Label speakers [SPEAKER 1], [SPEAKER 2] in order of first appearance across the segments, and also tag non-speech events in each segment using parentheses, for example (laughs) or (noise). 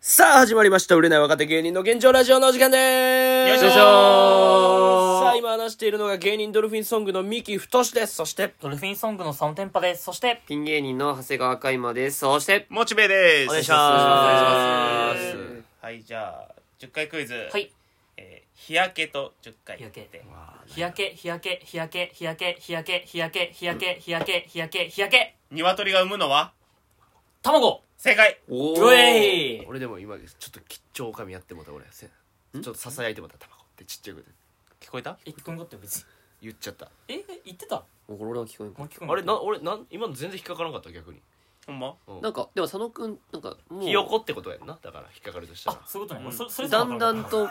[SPEAKER 1] さあ、始まりました。売れない若手芸人の現状ラジオのお時間でーす。
[SPEAKER 2] よいしょー
[SPEAKER 1] さあ、今話しているのが芸人ドルフィンソングの三木太志です。そして、
[SPEAKER 2] ドルフィンソングのサウンテンパです。そして、
[SPEAKER 3] ピン芸人の長谷川海馬です。そして、
[SPEAKER 4] モチベです。
[SPEAKER 2] お願いし
[SPEAKER 1] ま
[SPEAKER 2] ますす。
[SPEAKER 4] はい、じゃあ、10回クイズ。
[SPEAKER 2] はい。
[SPEAKER 4] えー日焼けと10回。
[SPEAKER 2] 日焼け。日焼け、日焼け、日焼け、日焼け、日焼け、日焼け、日焼け、日焼け、日焼け、日焼け。
[SPEAKER 4] 鶏が産むのは
[SPEAKER 2] 卵
[SPEAKER 4] 正解。
[SPEAKER 3] お
[SPEAKER 2] うえい
[SPEAKER 3] 俺でも今、ちょっと吉兆神やってもうた俺。せちょっとささやいてもうた、卵ってちっちゃい声で
[SPEAKER 4] 聞こえた
[SPEAKER 2] え、聞こえんかったよ、別に。
[SPEAKER 3] 言っちゃった。
[SPEAKER 2] え、言ってた
[SPEAKER 3] 俺は聞こえん
[SPEAKER 2] もう聞こえんかった
[SPEAKER 3] あれ、な、俺、なん、今の全然引っかからなかった、逆に。
[SPEAKER 4] ほんま
[SPEAKER 3] なんか、でも佐野くん、なんか、もひよこってことやんな。だから、引っかかるとしたら
[SPEAKER 2] あ、。そういうことね。俺そそれ
[SPEAKER 3] だんだんと、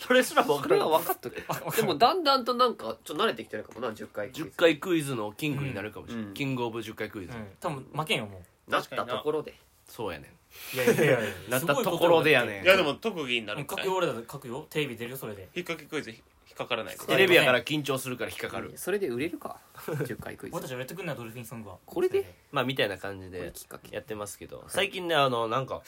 [SPEAKER 2] それすら
[SPEAKER 3] これは分かっとる。でも、だんだんとなんか、ちょっと慣れてきてるかもな、10回。
[SPEAKER 1] 10回クイズのキングになるかもしれない。
[SPEAKER 3] うん
[SPEAKER 1] キングオブ10回クイズ。
[SPEAKER 2] うん、多分負けんよ、も
[SPEAKER 3] なったところで。
[SPEAKER 1] そうやねん。
[SPEAKER 2] う。いやいやい
[SPEAKER 3] (laughs)
[SPEAKER 2] やいや
[SPEAKER 1] なったところでやねん
[SPEAKER 4] いや、でも特技になるんじゃ
[SPEAKER 2] 書く
[SPEAKER 4] ない
[SPEAKER 2] よ、俺らで書くよ。テレビ出るよ、それで。
[SPEAKER 4] 引っ掛けクイズひ引っかからないか
[SPEAKER 2] そ
[SPEAKER 1] テ
[SPEAKER 2] う
[SPEAKER 4] ら。
[SPEAKER 1] レビやから緊張するから引っかかる。
[SPEAKER 3] それで売れるか。10
[SPEAKER 5] (laughs)
[SPEAKER 3] 回クイ
[SPEAKER 2] 俺たち
[SPEAKER 3] ズ。
[SPEAKER 2] はやってくんない、ドルフィンソングは。
[SPEAKER 3] これで
[SPEAKER 1] まあ、みたいな感じ
[SPEAKER 3] こ
[SPEAKER 1] で
[SPEAKER 3] れきっかけ
[SPEAKER 1] やってますけど、最近ね、あの、なんか、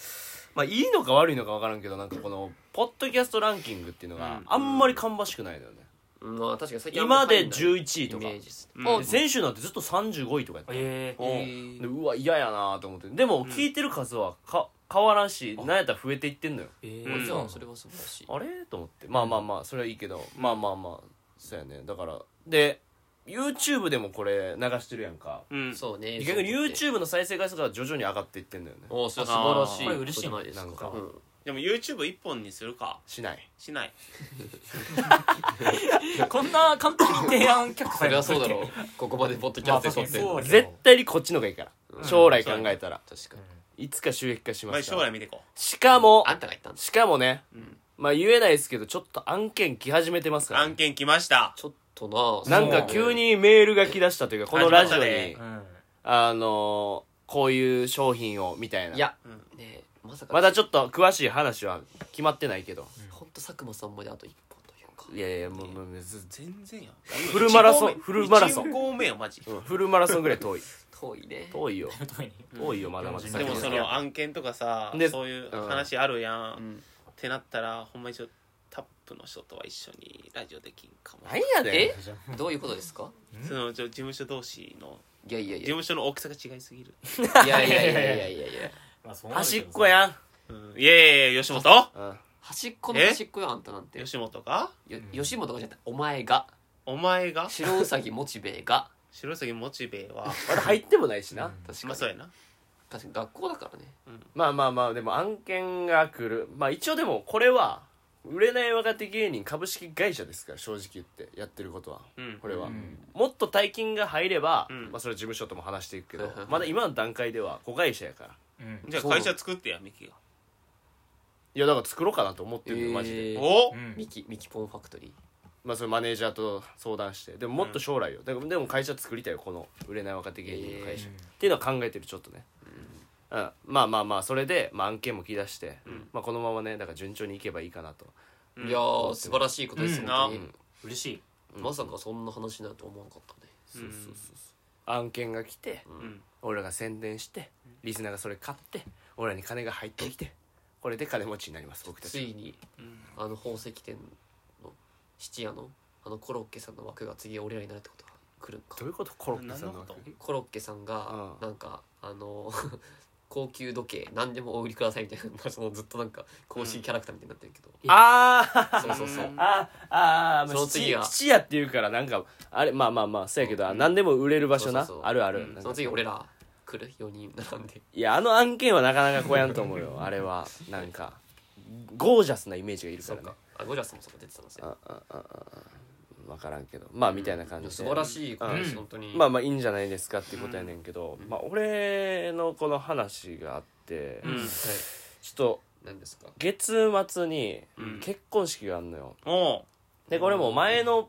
[SPEAKER 1] まあ、いいのか悪いのか分からんけど、なんかこの、ポッドキャストランキングっていうのが
[SPEAKER 4] うん、
[SPEAKER 1] あんまり芳しくないのよね。
[SPEAKER 3] うんまあ、確かに最近あんま
[SPEAKER 1] 今
[SPEAKER 3] 入
[SPEAKER 1] で
[SPEAKER 3] んない
[SPEAKER 1] 11位と
[SPEAKER 3] イ
[SPEAKER 1] か
[SPEAKER 3] メ。ージです
[SPEAKER 4] う
[SPEAKER 3] ね。
[SPEAKER 4] ん
[SPEAKER 3] あ
[SPEAKER 1] で先週なんてずっと35位とかやった。
[SPEAKER 2] ええ
[SPEAKER 4] おう
[SPEAKER 1] でうわ嫌やなと思ってでも聞いてる数はか変わらんしなんやったら増えていってんのよ
[SPEAKER 2] え
[SPEAKER 4] うん
[SPEAKER 3] じゃあ
[SPEAKER 2] そ
[SPEAKER 3] そ
[SPEAKER 2] れ
[SPEAKER 3] れは素晴らしい
[SPEAKER 1] あれと思ってまあまあまあそれはいいけどまあまあまあそうやねだからで YouTube でもこれ流してるやんか
[SPEAKER 4] うん。
[SPEAKER 3] そうね
[SPEAKER 1] 逆に YouTube の再生回数が徐々に上がっていってんだよね
[SPEAKER 3] おおそれ素晴らしい
[SPEAKER 2] これ嬉しいな
[SPEAKER 3] ことじゃないですか
[SPEAKER 1] なんか
[SPEAKER 3] うん
[SPEAKER 4] でも YouTube 一本にするか。
[SPEAKER 1] しない
[SPEAKER 4] しない。
[SPEAKER 2] こんな簡単に提案却下さ
[SPEAKER 3] そ
[SPEAKER 2] れ
[SPEAKER 3] り
[SPEAKER 2] る
[SPEAKER 3] ゃそう
[SPEAKER 2] (laughs)
[SPEAKER 3] だろうここまでポッドキ
[SPEAKER 2] ま
[SPEAKER 3] ャ
[SPEAKER 2] あ
[SPEAKER 3] スト
[SPEAKER 2] 確か
[SPEAKER 3] に沿
[SPEAKER 2] に
[SPEAKER 3] っ
[SPEAKER 2] そ
[SPEAKER 3] て
[SPEAKER 2] うだけど
[SPEAKER 1] 絶対にこっちの方がいいから将来考えたら
[SPEAKER 3] 確かに
[SPEAKER 1] いつか収益化しま
[SPEAKER 4] まあ
[SPEAKER 1] すか
[SPEAKER 4] 将来
[SPEAKER 1] ら
[SPEAKER 4] 見ていこ
[SPEAKER 1] しかも
[SPEAKER 3] あんたが言ったんです
[SPEAKER 1] しかもねまあ言えないですけどちょっと案件来始めてます
[SPEAKER 4] う。
[SPEAKER 1] からね
[SPEAKER 4] 案件来ました。
[SPEAKER 3] ちょっとな
[SPEAKER 1] なんか急にメールが来だしたというかこのラジオに
[SPEAKER 2] うん。
[SPEAKER 1] あのーこういう商品をみたいない
[SPEAKER 3] や
[SPEAKER 4] うん
[SPEAKER 3] ねえまさか
[SPEAKER 1] まだちょっと詳しい話は決まってないけど
[SPEAKER 3] ほんと佐久間さんまであと一本というか
[SPEAKER 1] いやいやもうもうもうず
[SPEAKER 4] 全然やん。
[SPEAKER 1] フルマラソン
[SPEAKER 4] 一合目
[SPEAKER 1] フルマラソン
[SPEAKER 4] 一合目よ、マジ。
[SPEAKER 1] うんフルマラソンぐらい
[SPEAKER 4] (laughs)
[SPEAKER 1] 遠い
[SPEAKER 3] 遠いね
[SPEAKER 1] 遠いよ
[SPEAKER 2] 特に。
[SPEAKER 1] 遠いよまだまだ
[SPEAKER 4] でもその案件とかさ
[SPEAKER 1] で、
[SPEAKER 4] そういう
[SPEAKER 3] うん
[SPEAKER 4] 話あるやん。
[SPEAKER 3] ん
[SPEAKER 4] ってなったら、ほんま一応タップの人とは一緒にラジオできんかも。
[SPEAKER 1] なんやで
[SPEAKER 3] えどういうことですか
[SPEAKER 4] そのちょ事務所同士の
[SPEAKER 3] いやい
[SPEAKER 4] 事
[SPEAKER 3] やいや
[SPEAKER 4] 務所の大きさが違 (laughs) いすぎる、
[SPEAKER 3] いやいやいやいやいやいや
[SPEAKER 2] まあそうなるけ
[SPEAKER 1] 端
[SPEAKER 2] ど
[SPEAKER 1] っこやん
[SPEAKER 4] うん、いやいや吉本
[SPEAKER 1] うん
[SPEAKER 3] 端っこの端っこよあんたなんてよ
[SPEAKER 4] 吉本か
[SPEAKER 3] 吉本がじゃなくてお前が
[SPEAKER 4] お前が
[SPEAKER 3] 白うさぎモチベが
[SPEAKER 4] 白崎モチベは
[SPEAKER 1] まだ入ってもないしな
[SPEAKER 3] 確
[SPEAKER 4] まあ
[SPEAKER 3] か
[SPEAKER 4] そう
[SPEAKER 3] に
[SPEAKER 4] やな
[SPEAKER 3] 確かに学校だからね
[SPEAKER 1] まあまあまあでも案件が来るまあ一応でもこれは売れない若手芸人株式会社ですから正直言ってやってることは
[SPEAKER 4] うん
[SPEAKER 1] これは、
[SPEAKER 2] うん
[SPEAKER 1] もっと大金が入れば、
[SPEAKER 4] うん
[SPEAKER 1] まあ、それは事務所とも話していくけど
[SPEAKER 3] はいはいはい
[SPEAKER 1] まだ今の段階では子会社やから
[SPEAKER 2] うん。
[SPEAKER 4] じゃあ会社作ってやミキが
[SPEAKER 1] いやだから作ろうかなと思ってるよマジで、
[SPEAKER 3] えー
[SPEAKER 4] お
[SPEAKER 2] うん
[SPEAKER 3] ミキミキポンファクトリー
[SPEAKER 1] まあ、それマネージャーと相談してでももっと将来よ、だからでも会社作りたいよこの売れない若手芸人の会
[SPEAKER 2] え
[SPEAKER 1] 社、
[SPEAKER 2] ー
[SPEAKER 1] っていうのは考えてるちょっとね、うんまあまあまあそれで、まあ、案件も切り出して、まあ、このままねだから順調にいけばいいかなと、
[SPEAKER 4] うん
[SPEAKER 3] いやー素晴らしいことです
[SPEAKER 4] うん
[SPEAKER 3] 本当に
[SPEAKER 1] な
[SPEAKER 2] 嬉しい。
[SPEAKER 3] まさかそんな話になると思わなかったね
[SPEAKER 4] うん
[SPEAKER 1] そうそうそうそう案件が来て、
[SPEAKER 4] うん
[SPEAKER 1] 俺らが宣伝してリスナーがそれ買って俺らに金が入ってきてこれで金持ちになります僕た
[SPEAKER 3] つ
[SPEAKER 1] ち
[SPEAKER 3] いに
[SPEAKER 4] うん
[SPEAKER 3] あの宝石店の質屋のあのコロッケさんの枠が次俺らになるってことが来るん
[SPEAKER 1] ど
[SPEAKER 3] か
[SPEAKER 1] ういうことコロッケさん
[SPEAKER 4] 何
[SPEAKER 1] の
[SPEAKER 4] のこと
[SPEAKER 3] コロッケさんが
[SPEAKER 1] うん
[SPEAKER 3] なんかあの高級時計何でもお売りくださいみたいなそのずっとなんか公式キャラクターみたいになってるけど、
[SPEAKER 1] ああ
[SPEAKER 3] そうそうそう
[SPEAKER 4] うん
[SPEAKER 1] あああ
[SPEAKER 3] その次は
[SPEAKER 1] 質屋っていうからなんかあれまあまあまあそうやけど、あ何でも売れる場所な
[SPEAKER 3] そうそうそう
[SPEAKER 1] あるある、
[SPEAKER 4] うん
[SPEAKER 1] なんか
[SPEAKER 3] その次俺ら来る4人並んで
[SPEAKER 1] いやあの案件はなかなかこやんと思うよあれはなんかゴージャスなイメージがいるか
[SPEAKER 3] そう
[SPEAKER 1] らね
[SPEAKER 3] かあゴジラスもそうか出てたんですよ
[SPEAKER 1] あああああ分からんけどまあみたいな感じで
[SPEAKER 3] 素晴らしいことです、
[SPEAKER 2] うん
[SPEAKER 3] 本当に、
[SPEAKER 1] まあまあいいんじゃないですかっていうことやねんけど、まあ俺のこの話があって、
[SPEAKER 4] うん
[SPEAKER 3] はい
[SPEAKER 1] ちょっと
[SPEAKER 3] 何ですか
[SPEAKER 1] 月末に
[SPEAKER 4] うん
[SPEAKER 1] 結婚式があんのよ、
[SPEAKER 4] おう
[SPEAKER 1] でこれも前の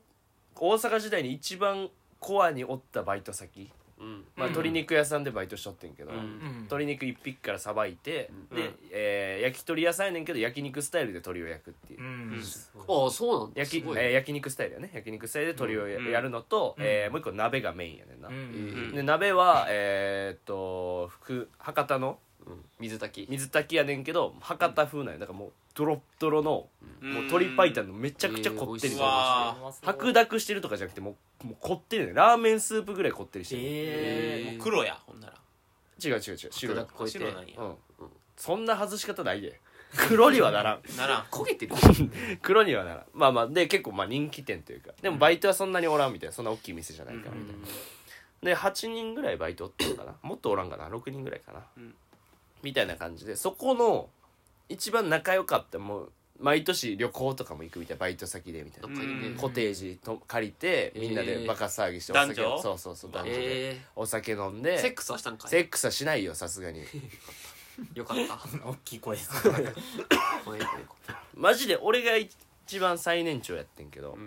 [SPEAKER 1] 大阪時代に一番コアにおったバイト先、
[SPEAKER 3] うん
[SPEAKER 1] ま
[SPEAKER 2] う
[SPEAKER 1] あ、
[SPEAKER 2] ん
[SPEAKER 1] 鶏肉屋さんでバイトしとってんけど、
[SPEAKER 4] うん
[SPEAKER 2] うん
[SPEAKER 1] 鶏肉一匹からさばいて、
[SPEAKER 4] うんう
[SPEAKER 1] で
[SPEAKER 4] ん、
[SPEAKER 1] えー焼き鳥屋さんやねんけど焼肉スタイルで鶏を焼くっていう、
[SPEAKER 2] うん。
[SPEAKER 3] ああそうなんだ
[SPEAKER 1] 焼
[SPEAKER 3] す
[SPEAKER 1] き
[SPEAKER 3] ごい、
[SPEAKER 1] えー焼肉スタイルやね焼肉スタイルで鶏をや,、
[SPEAKER 4] うん
[SPEAKER 1] るのと、
[SPEAKER 2] うん
[SPEAKER 1] えーもう一個鍋がメインやねんな、
[SPEAKER 2] うん
[SPEAKER 3] うん
[SPEAKER 1] で鍋はえーっと福博多の、
[SPEAKER 3] うん水炊き
[SPEAKER 1] 水炊きやねんけど博多風なんよだからもうドロッドロのもう鶏白湯のめちゃくちゃこってりして
[SPEAKER 3] えー美味しそう
[SPEAKER 1] る
[SPEAKER 4] わ
[SPEAKER 1] 白濁してるとかじゃなくてもうもうこってりねラーメンスープぐらいこってりしてる、
[SPEAKER 2] え
[SPEAKER 4] もう黒やほんなら
[SPEAKER 1] 違う違う違う白い
[SPEAKER 3] 白濁こうやって
[SPEAKER 4] 白なんや
[SPEAKER 1] うん、そんな外し方ないで黒にはならん
[SPEAKER 4] ならん
[SPEAKER 3] 焦げてる
[SPEAKER 1] 黒にはならんまあまあで結構まあ人気店というかでもバイトはそんなにおらんみたいなそんな大きい店じゃないからみたいな、で8人ぐらいバイトおったのかなもっとおらんかな6人ぐらいかな、
[SPEAKER 4] うん
[SPEAKER 1] みたいな感じでそこの一番仲良かったもう毎年旅行とかも行くみたいなバイト先でみたいな
[SPEAKER 3] なんかいいね
[SPEAKER 4] うん
[SPEAKER 1] コテージと借りてみんなでバカ騒ぎしてお酒を、
[SPEAKER 4] 男女
[SPEAKER 1] そうそうそう男女で、
[SPEAKER 3] え
[SPEAKER 1] お酒飲ん
[SPEAKER 3] ー
[SPEAKER 1] で
[SPEAKER 3] セックスはしたんか
[SPEAKER 1] セ
[SPEAKER 3] い
[SPEAKER 1] ックスはしないよさすがに
[SPEAKER 3] よかった
[SPEAKER 2] 大きい声です
[SPEAKER 3] おめでとう
[SPEAKER 1] マジで俺が一番最年長やってんけど、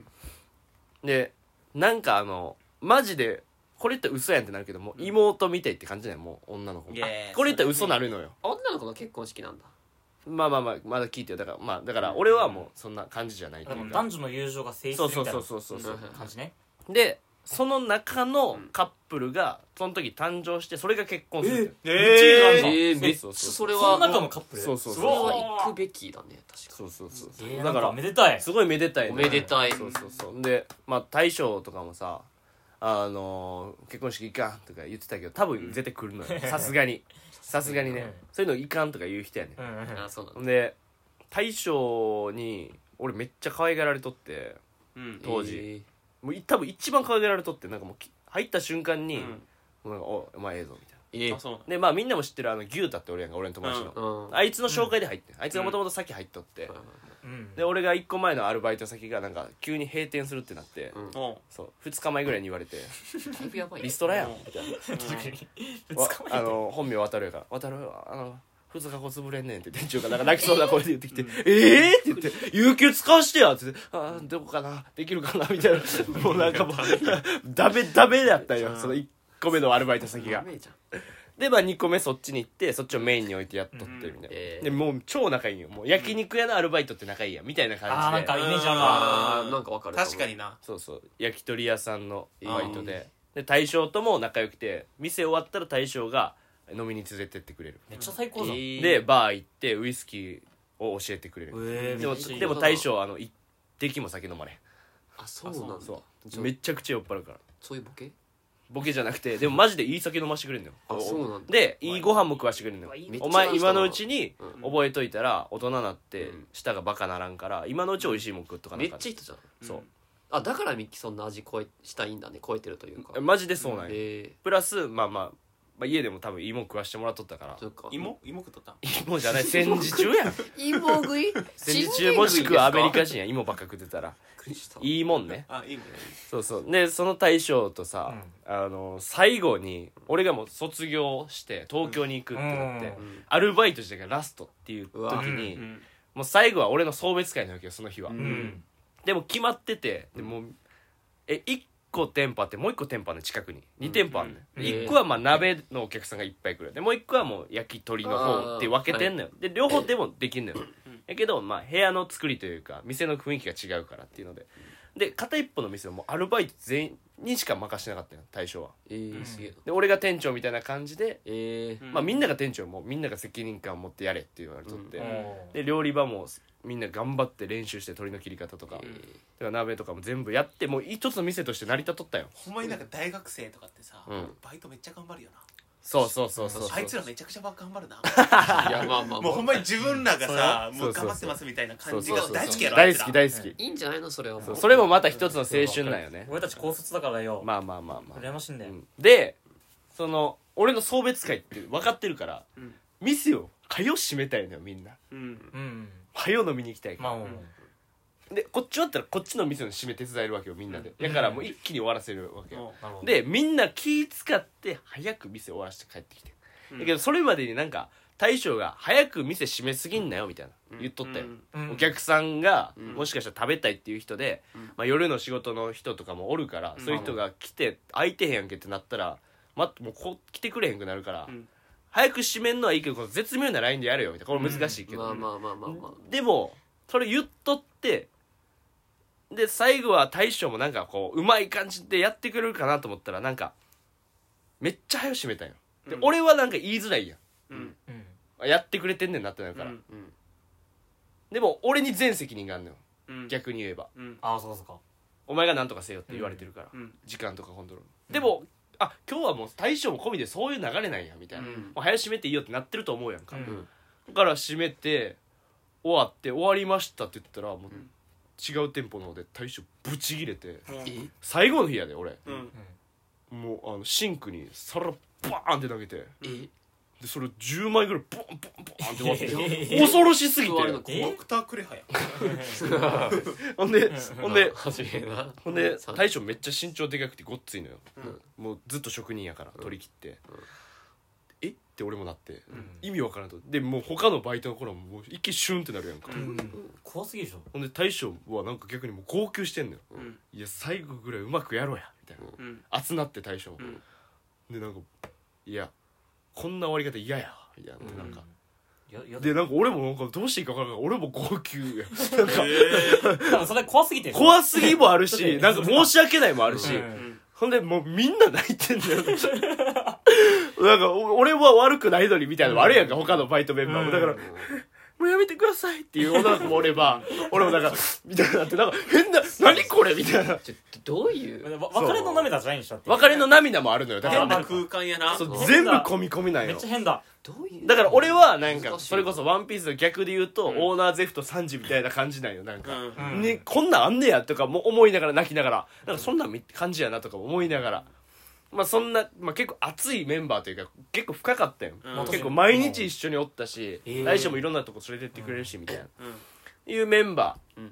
[SPEAKER 1] でなんかあのマジでこれって嘘やんってなるけどもう妹みたいって感じだよもう女の子
[SPEAKER 4] いやいや
[SPEAKER 1] これって嘘なるのよ、
[SPEAKER 3] 女の子の結婚式なんだ
[SPEAKER 1] まあまあまあまだ聞いてよだからまあだから俺はもうそんな感じじゃないというか
[SPEAKER 2] 男女の友情が成立す
[SPEAKER 1] そ
[SPEAKER 2] る
[SPEAKER 1] うそ
[SPEAKER 2] み
[SPEAKER 1] う
[SPEAKER 2] たいな
[SPEAKER 1] そうそうそうそう
[SPEAKER 3] うん
[SPEAKER 2] 感じね
[SPEAKER 1] でその中のカップルがその時誕生してそれが結婚するって
[SPEAKER 4] えー
[SPEAKER 1] めっちゃいい
[SPEAKER 3] え
[SPEAKER 1] や
[SPEAKER 3] え
[SPEAKER 1] んか
[SPEAKER 3] めっち
[SPEAKER 1] そ
[SPEAKER 3] ゃ
[SPEAKER 1] うそうそう
[SPEAKER 3] それ
[SPEAKER 2] その
[SPEAKER 3] は
[SPEAKER 2] 中のカップル
[SPEAKER 1] そうそう
[SPEAKER 3] そ
[SPEAKER 1] そう
[SPEAKER 3] れ
[SPEAKER 1] そ
[SPEAKER 3] は行くべきだね確
[SPEAKER 1] うそうそう
[SPEAKER 2] えーな
[SPEAKER 1] だ
[SPEAKER 2] ん
[SPEAKER 1] か
[SPEAKER 2] からめでたい
[SPEAKER 1] すごいめでたい
[SPEAKER 3] か
[SPEAKER 1] ね
[SPEAKER 3] おめでたい
[SPEAKER 1] そうそうそうでまあ大将とかもさ「あのー結婚式行かん」とか言ってたけど多分絶対来るのよさすがにさすがに
[SPEAKER 2] うん
[SPEAKER 1] ねそういうの行かんとか言う人やね
[SPEAKER 2] うんうんうん
[SPEAKER 3] あそうなんだ
[SPEAKER 1] んで大将に俺めっちゃ可愛がられとって
[SPEAKER 4] うん
[SPEAKER 1] 当時
[SPEAKER 3] え
[SPEAKER 1] もうい多分一番可愛がられとってなんかもうき入った瞬間に
[SPEAKER 4] うん
[SPEAKER 1] 「もうなんかおお前ええぞ」みたいな
[SPEAKER 3] えええ
[SPEAKER 4] あそうなん
[SPEAKER 1] でまあみんなも知ってるあの牛太って俺やんか俺の友達
[SPEAKER 3] う
[SPEAKER 1] の
[SPEAKER 3] ん
[SPEAKER 1] あいつの紹介で入ってんあいつがもともと先入っとって
[SPEAKER 2] うん
[SPEAKER 1] で俺が一個前のアルバイト先がなんか急に閉店するってなって
[SPEAKER 3] うん
[SPEAKER 4] おう
[SPEAKER 1] そう2日前ぐらいに言われて
[SPEAKER 3] だいぶやばい
[SPEAKER 1] リストラやん
[SPEAKER 4] うん
[SPEAKER 1] みたいな
[SPEAKER 2] 確かに
[SPEAKER 1] わ
[SPEAKER 2] 2日
[SPEAKER 1] あ
[SPEAKER 2] 前
[SPEAKER 1] の本名渡るやから渡るはあの2日後潰れんねんって店長がなんか泣きそうな声で言ってきて「ええー!」って言って「有給使わしてや!」って言って「あーどこかなできるかな」みたいなもうなんかもうダメダメだったよその1個目のアルバイト先
[SPEAKER 3] や
[SPEAKER 1] が
[SPEAKER 3] べえじゃん
[SPEAKER 1] でまあ2個目そっちに行ってそっちをメインに置いてやっとってみたいな、
[SPEAKER 3] ええ
[SPEAKER 1] でもう超仲いいよもう焼肉屋のアルバイトって仲いいやんみたいな感じで
[SPEAKER 2] あーなんかイメージあるわ
[SPEAKER 3] あーなんかわかる
[SPEAKER 4] 確かにな
[SPEAKER 1] そうそう焼き鳥屋さんのバイトでで大将とも仲良くて店終わったら大将が飲みに連れてってくれる、
[SPEAKER 2] めっちゃ最
[SPEAKER 3] え
[SPEAKER 2] 高じゃん
[SPEAKER 3] え
[SPEAKER 1] でバー行ってウイスキーを教えてくれる、
[SPEAKER 2] えー
[SPEAKER 1] でも
[SPEAKER 2] めっちゃいい
[SPEAKER 1] でも大将あの一滴も酒飲まれ
[SPEAKER 3] あそうなんだ
[SPEAKER 1] そ
[SPEAKER 3] じ
[SPEAKER 1] う
[SPEAKER 3] ゃあ
[SPEAKER 1] めちゃくちゃ酔っ払うから
[SPEAKER 3] そういうボケ
[SPEAKER 1] ボケじゃなくてでもマジでいい酒飲ましてくれるのよ
[SPEAKER 3] あそうなんだ
[SPEAKER 1] でいいご飯も食わしてくれるのよ
[SPEAKER 3] めっちゃ
[SPEAKER 1] お前今のうち
[SPEAKER 3] に
[SPEAKER 1] に
[SPEAKER 3] うん
[SPEAKER 1] 覚えといたら大人になって
[SPEAKER 3] うん
[SPEAKER 1] 舌がバカならんから今のうち美味しいもん食っとかな
[SPEAKER 3] め
[SPEAKER 1] あ
[SPEAKER 3] っ
[SPEAKER 1] かん
[SPEAKER 3] ちゃいい人じゃん
[SPEAKER 1] そう
[SPEAKER 3] あだからミッキーそんな味超えしたいんだね超えてるというか
[SPEAKER 1] えマジでそうなんや
[SPEAKER 3] え
[SPEAKER 1] プラスまあまあまあ家でも多分芋食わしてもらっとったから
[SPEAKER 3] ーそうか
[SPEAKER 4] 芋芋食っとったん
[SPEAKER 1] 芋じゃない戦時中やん
[SPEAKER 3] 芋食い
[SPEAKER 1] 戦時中もしくはアメリカ人やん芋ばっか食ってたら
[SPEAKER 3] い
[SPEAKER 1] いいもんね
[SPEAKER 4] あいいね
[SPEAKER 1] そうそうでその大将とさ、あの最後に俺がもう卒業して東京に行くってなって、
[SPEAKER 2] うん
[SPEAKER 1] アルバイトしてからラストっていう
[SPEAKER 3] うわ
[SPEAKER 1] 時に、
[SPEAKER 4] うん
[SPEAKER 1] もう最後は俺の送別会なわけよその日は、
[SPEAKER 3] うん
[SPEAKER 2] うん
[SPEAKER 1] でも決まっててでもうえ1個店舗あってもう1個店舗あるの近くに2店舗あるの、よ
[SPEAKER 3] うん
[SPEAKER 1] 1個はまあ鍋のお客さんがいっぱい来るでもう1個はもう焼き鳥の方って分けてんのよで両方でもできんのよやけどまあ部屋の作りというか店の雰囲気が違うからっていうのでで片一方の店はもうアルバイト全員にしか任してなかったよ大将は
[SPEAKER 3] えーすげえ
[SPEAKER 1] で俺が店長みたいな感じで、
[SPEAKER 3] えー
[SPEAKER 4] うん
[SPEAKER 1] まあみんなが店長もみんなが責任感を持ってやれって言われとって、
[SPEAKER 3] う
[SPEAKER 2] うん
[SPEAKER 1] で料理場もみんな頑張って練習して鶏の切り方とか、
[SPEAKER 3] えー
[SPEAKER 1] だから鍋とかも全部やってもう一つの店として成り立っとったよ
[SPEAKER 4] ほんまになんか大学生とかってさ
[SPEAKER 1] うん
[SPEAKER 4] バイトめっちゃ頑張るよな
[SPEAKER 1] そうそうそうそう
[SPEAKER 4] あいつらめちゃくちゃ頑張る
[SPEAKER 1] (laughs)
[SPEAKER 4] な
[SPEAKER 3] いやまあまあま
[SPEAKER 4] もうほん
[SPEAKER 3] あ
[SPEAKER 4] まに自分らがさ
[SPEAKER 1] うん
[SPEAKER 4] もう
[SPEAKER 1] そうそ
[SPEAKER 4] 頑張
[SPEAKER 1] うそう
[SPEAKER 4] ってますみたいな
[SPEAKER 1] そ
[SPEAKER 4] 感
[SPEAKER 1] う
[SPEAKER 4] じ
[SPEAKER 1] そう
[SPEAKER 4] が
[SPEAKER 1] そう
[SPEAKER 4] 大好きやろあい
[SPEAKER 1] 大
[SPEAKER 4] つ
[SPEAKER 1] 好
[SPEAKER 4] ら
[SPEAKER 1] き大好き
[SPEAKER 3] いいんじゃないのそれはも
[SPEAKER 1] そううそれもまた一つの青春なんよね
[SPEAKER 2] 俺たち高卒だからよ
[SPEAKER 1] まあまあまあまあ
[SPEAKER 2] 羨ましいんだよ
[SPEAKER 1] うんでその俺の送別会って分かってるから、
[SPEAKER 4] うん
[SPEAKER 1] 店を早よ閉めたいのよみんな
[SPEAKER 4] うん
[SPEAKER 2] うん
[SPEAKER 1] 早よ飲みに行きたいか
[SPEAKER 2] ま
[SPEAKER 1] ら、
[SPEAKER 2] あもう
[SPEAKER 1] でこっち終わったらこっちの店の締め手伝えるわけよみんなで、だからもう一気に終わらせるわけよ、
[SPEAKER 4] も
[SPEAKER 2] なるほど
[SPEAKER 1] でみんな気使って早く店終わらせて帰ってきて、
[SPEAKER 4] うん
[SPEAKER 1] だけどそれまでになんか大将が「早く店閉めすぎんなよ」みたいな、言っと
[SPEAKER 4] う
[SPEAKER 1] ったよ、
[SPEAKER 4] ん
[SPEAKER 2] うん
[SPEAKER 1] お客さんが
[SPEAKER 3] ん
[SPEAKER 1] もしかしたら食べたいっていう人で、
[SPEAKER 3] ん
[SPEAKER 1] まあ、夜の仕事の人とかもおるから、
[SPEAKER 4] うん
[SPEAKER 1] そういう人が来て空いてへんやんけってなったら、ま、もうこ来てくれへんくなるから、
[SPEAKER 4] うん
[SPEAKER 1] 早く閉めんのはいいけどこの絶妙なラインでやれよみたいなこれ難しいけど、
[SPEAKER 3] まあまあまあまあまあ
[SPEAKER 1] でもそれ言っとってで最後は大将もなんかこううまい感じでやってくれるかなと思ったらなんかめっちゃ早く閉めたんよで、
[SPEAKER 4] うん
[SPEAKER 1] 俺はなんか言いづらいやん
[SPEAKER 4] うん
[SPEAKER 2] うん
[SPEAKER 1] あやってくれてんねんなってなるから、
[SPEAKER 4] うん
[SPEAKER 1] うんでも俺に全責任があんのよ
[SPEAKER 4] うん
[SPEAKER 1] 逆に言えば
[SPEAKER 4] うん
[SPEAKER 2] ああそうかそうか
[SPEAKER 1] お前が何とかせよって言われてるから、
[SPEAKER 4] うん
[SPEAKER 1] 時間とかコントロール、でもあ今日はもう大将も込みでそういう流れなんやみたいな、
[SPEAKER 4] うん
[SPEAKER 1] もう早閉めていいよってなってると思うやんか、
[SPEAKER 4] うん
[SPEAKER 1] だから閉めて終わって終わりましたって言ったらもう、
[SPEAKER 4] ん
[SPEAKER 1] 違う店舗の方で大将ブチギレて
[SPEAKER 3] え
[SPEAKER 1] 最後の日やで俺、
[SPEAKER 4] うん
[SPEAKER 1] もうあのシンクに皿バーンって投げて
[SPEAKER 3] え
[SPEAKER 1] でそれ10枚ぐらいボンボンボンって割っ
[SPEAKER 2] え
[SPEAKER 1] て恐ろしすぎて
[SPEAKER 3] 座るの怖
[SPEAKER 2] え
[SPEAKER 4] ドクタークレハや
[SPEAKER 1] ほんでほんで
[SPEAKER 3] 初めな
[SPEAKER 1] ほんで
[SPEAKER 3] さ
[SPEAKER 1] 大将めっちゃ身長でかくてごっついのよ、
[SPEAKER 3] う
[SPEAKER 1] もうずっと職人やから取り切って、
[SPEAKER 3] うん
[SPEAKER 1] えって俺もなって、
[SPEAKER 2] ん
[SPEAKER 1] 意味わからんとでもう他のバイトの頃はもう一気にシュンってなるやんか、
[SPEAKER 2] うん怖すぎでしょ
[SPEAKER 1] ほんで大将はなんか逆にもう号泣してんのよ、
[SPEAKER 4] うん
[SPEAKER 1] いや最後ぐらいうまくやろうやみたいな、
[SPEAKER 4] うん
[SPEAKER 1] 熱なって大将も、
[SPEAKER 4] うん
[SPEAKER 1] でなんかいやこんな終わり方嫌やみたいなってなんか、
[SPEAKER 2] やや
[SPEAKER 1] で
[SPEAKER 2] だ
[SPEAKER 1] なんか俺もなんかどうしていいか分からんから俺も号泣やなんか
[SPEAKER 2] なんかそれ怖すぎて
[SPEAKER 1] 怖すぎもあるし
[SPEAKER 2] だ
[SPEAKER 1] な
[SPEAKER 2] っ
[SPEAKER 1] ん
[SPEAKER 2] て
[SPEAKER 1] か申し訳ないもある
[SPEAKER 2] う
[SPEAKER 1] し、
[SPEAKER 2] ん
[SPEAKER 1] ほんでもうみんな泣いてんだよなんかお俺は悪くないのにみたいなのもあるやんか他のバイトメンバーもだからもうやめてくださいっていう女の子もおれば俺もなんかみたいになってなんか変な何これみたいな
[SPEAKER 3] ちょどういう
[SPEAKER 2] わ別れの涙じゃないんでしょだって
[SPEAKER 1] 別れの涙もあるのよだか
[SPEAKER 4] 変
[SPEAKER 1] ら
[SPEAKER 4] な空間やな
[SPEAKER 1] そううん
[SPEAKER 2] 変だ
[SPEAKER 1] 全部込み込みなん
[SPEAKER 2] めっ
[SPEAKER 1] よ
[SPEAKER 2] ちゃ変だ
[SPEAKER 3] どういう
[SPEAKER 1] だから俺はなんか
[SPEAKER 3] 難しい
[SPEAKER 1] それこそ「ワンピースの逆で言うと、オーナーゼフとサンジみたいな感じなんよなんか、
[SPEAKER 4] う
[SPEAKER 2] うん
[SPEAKER 1] ね、こんなんあんねやとかも思いながら泣きながらなんかそんなんみ感じやなとか思いながら、まあ、そんな、まあ、結構熱いメンバーというか結構深かったよ、
[SPEAKER 4] うん
[SPEAKER 1] 結構毎日一緒におったし、
[SPEAKER 2] うん
[SPEAKER 1] 来週もいろんなとこ連れてってくれるしみたいな、
[SPEAKER 4] ん
[SPEAKER 1] いうメンバー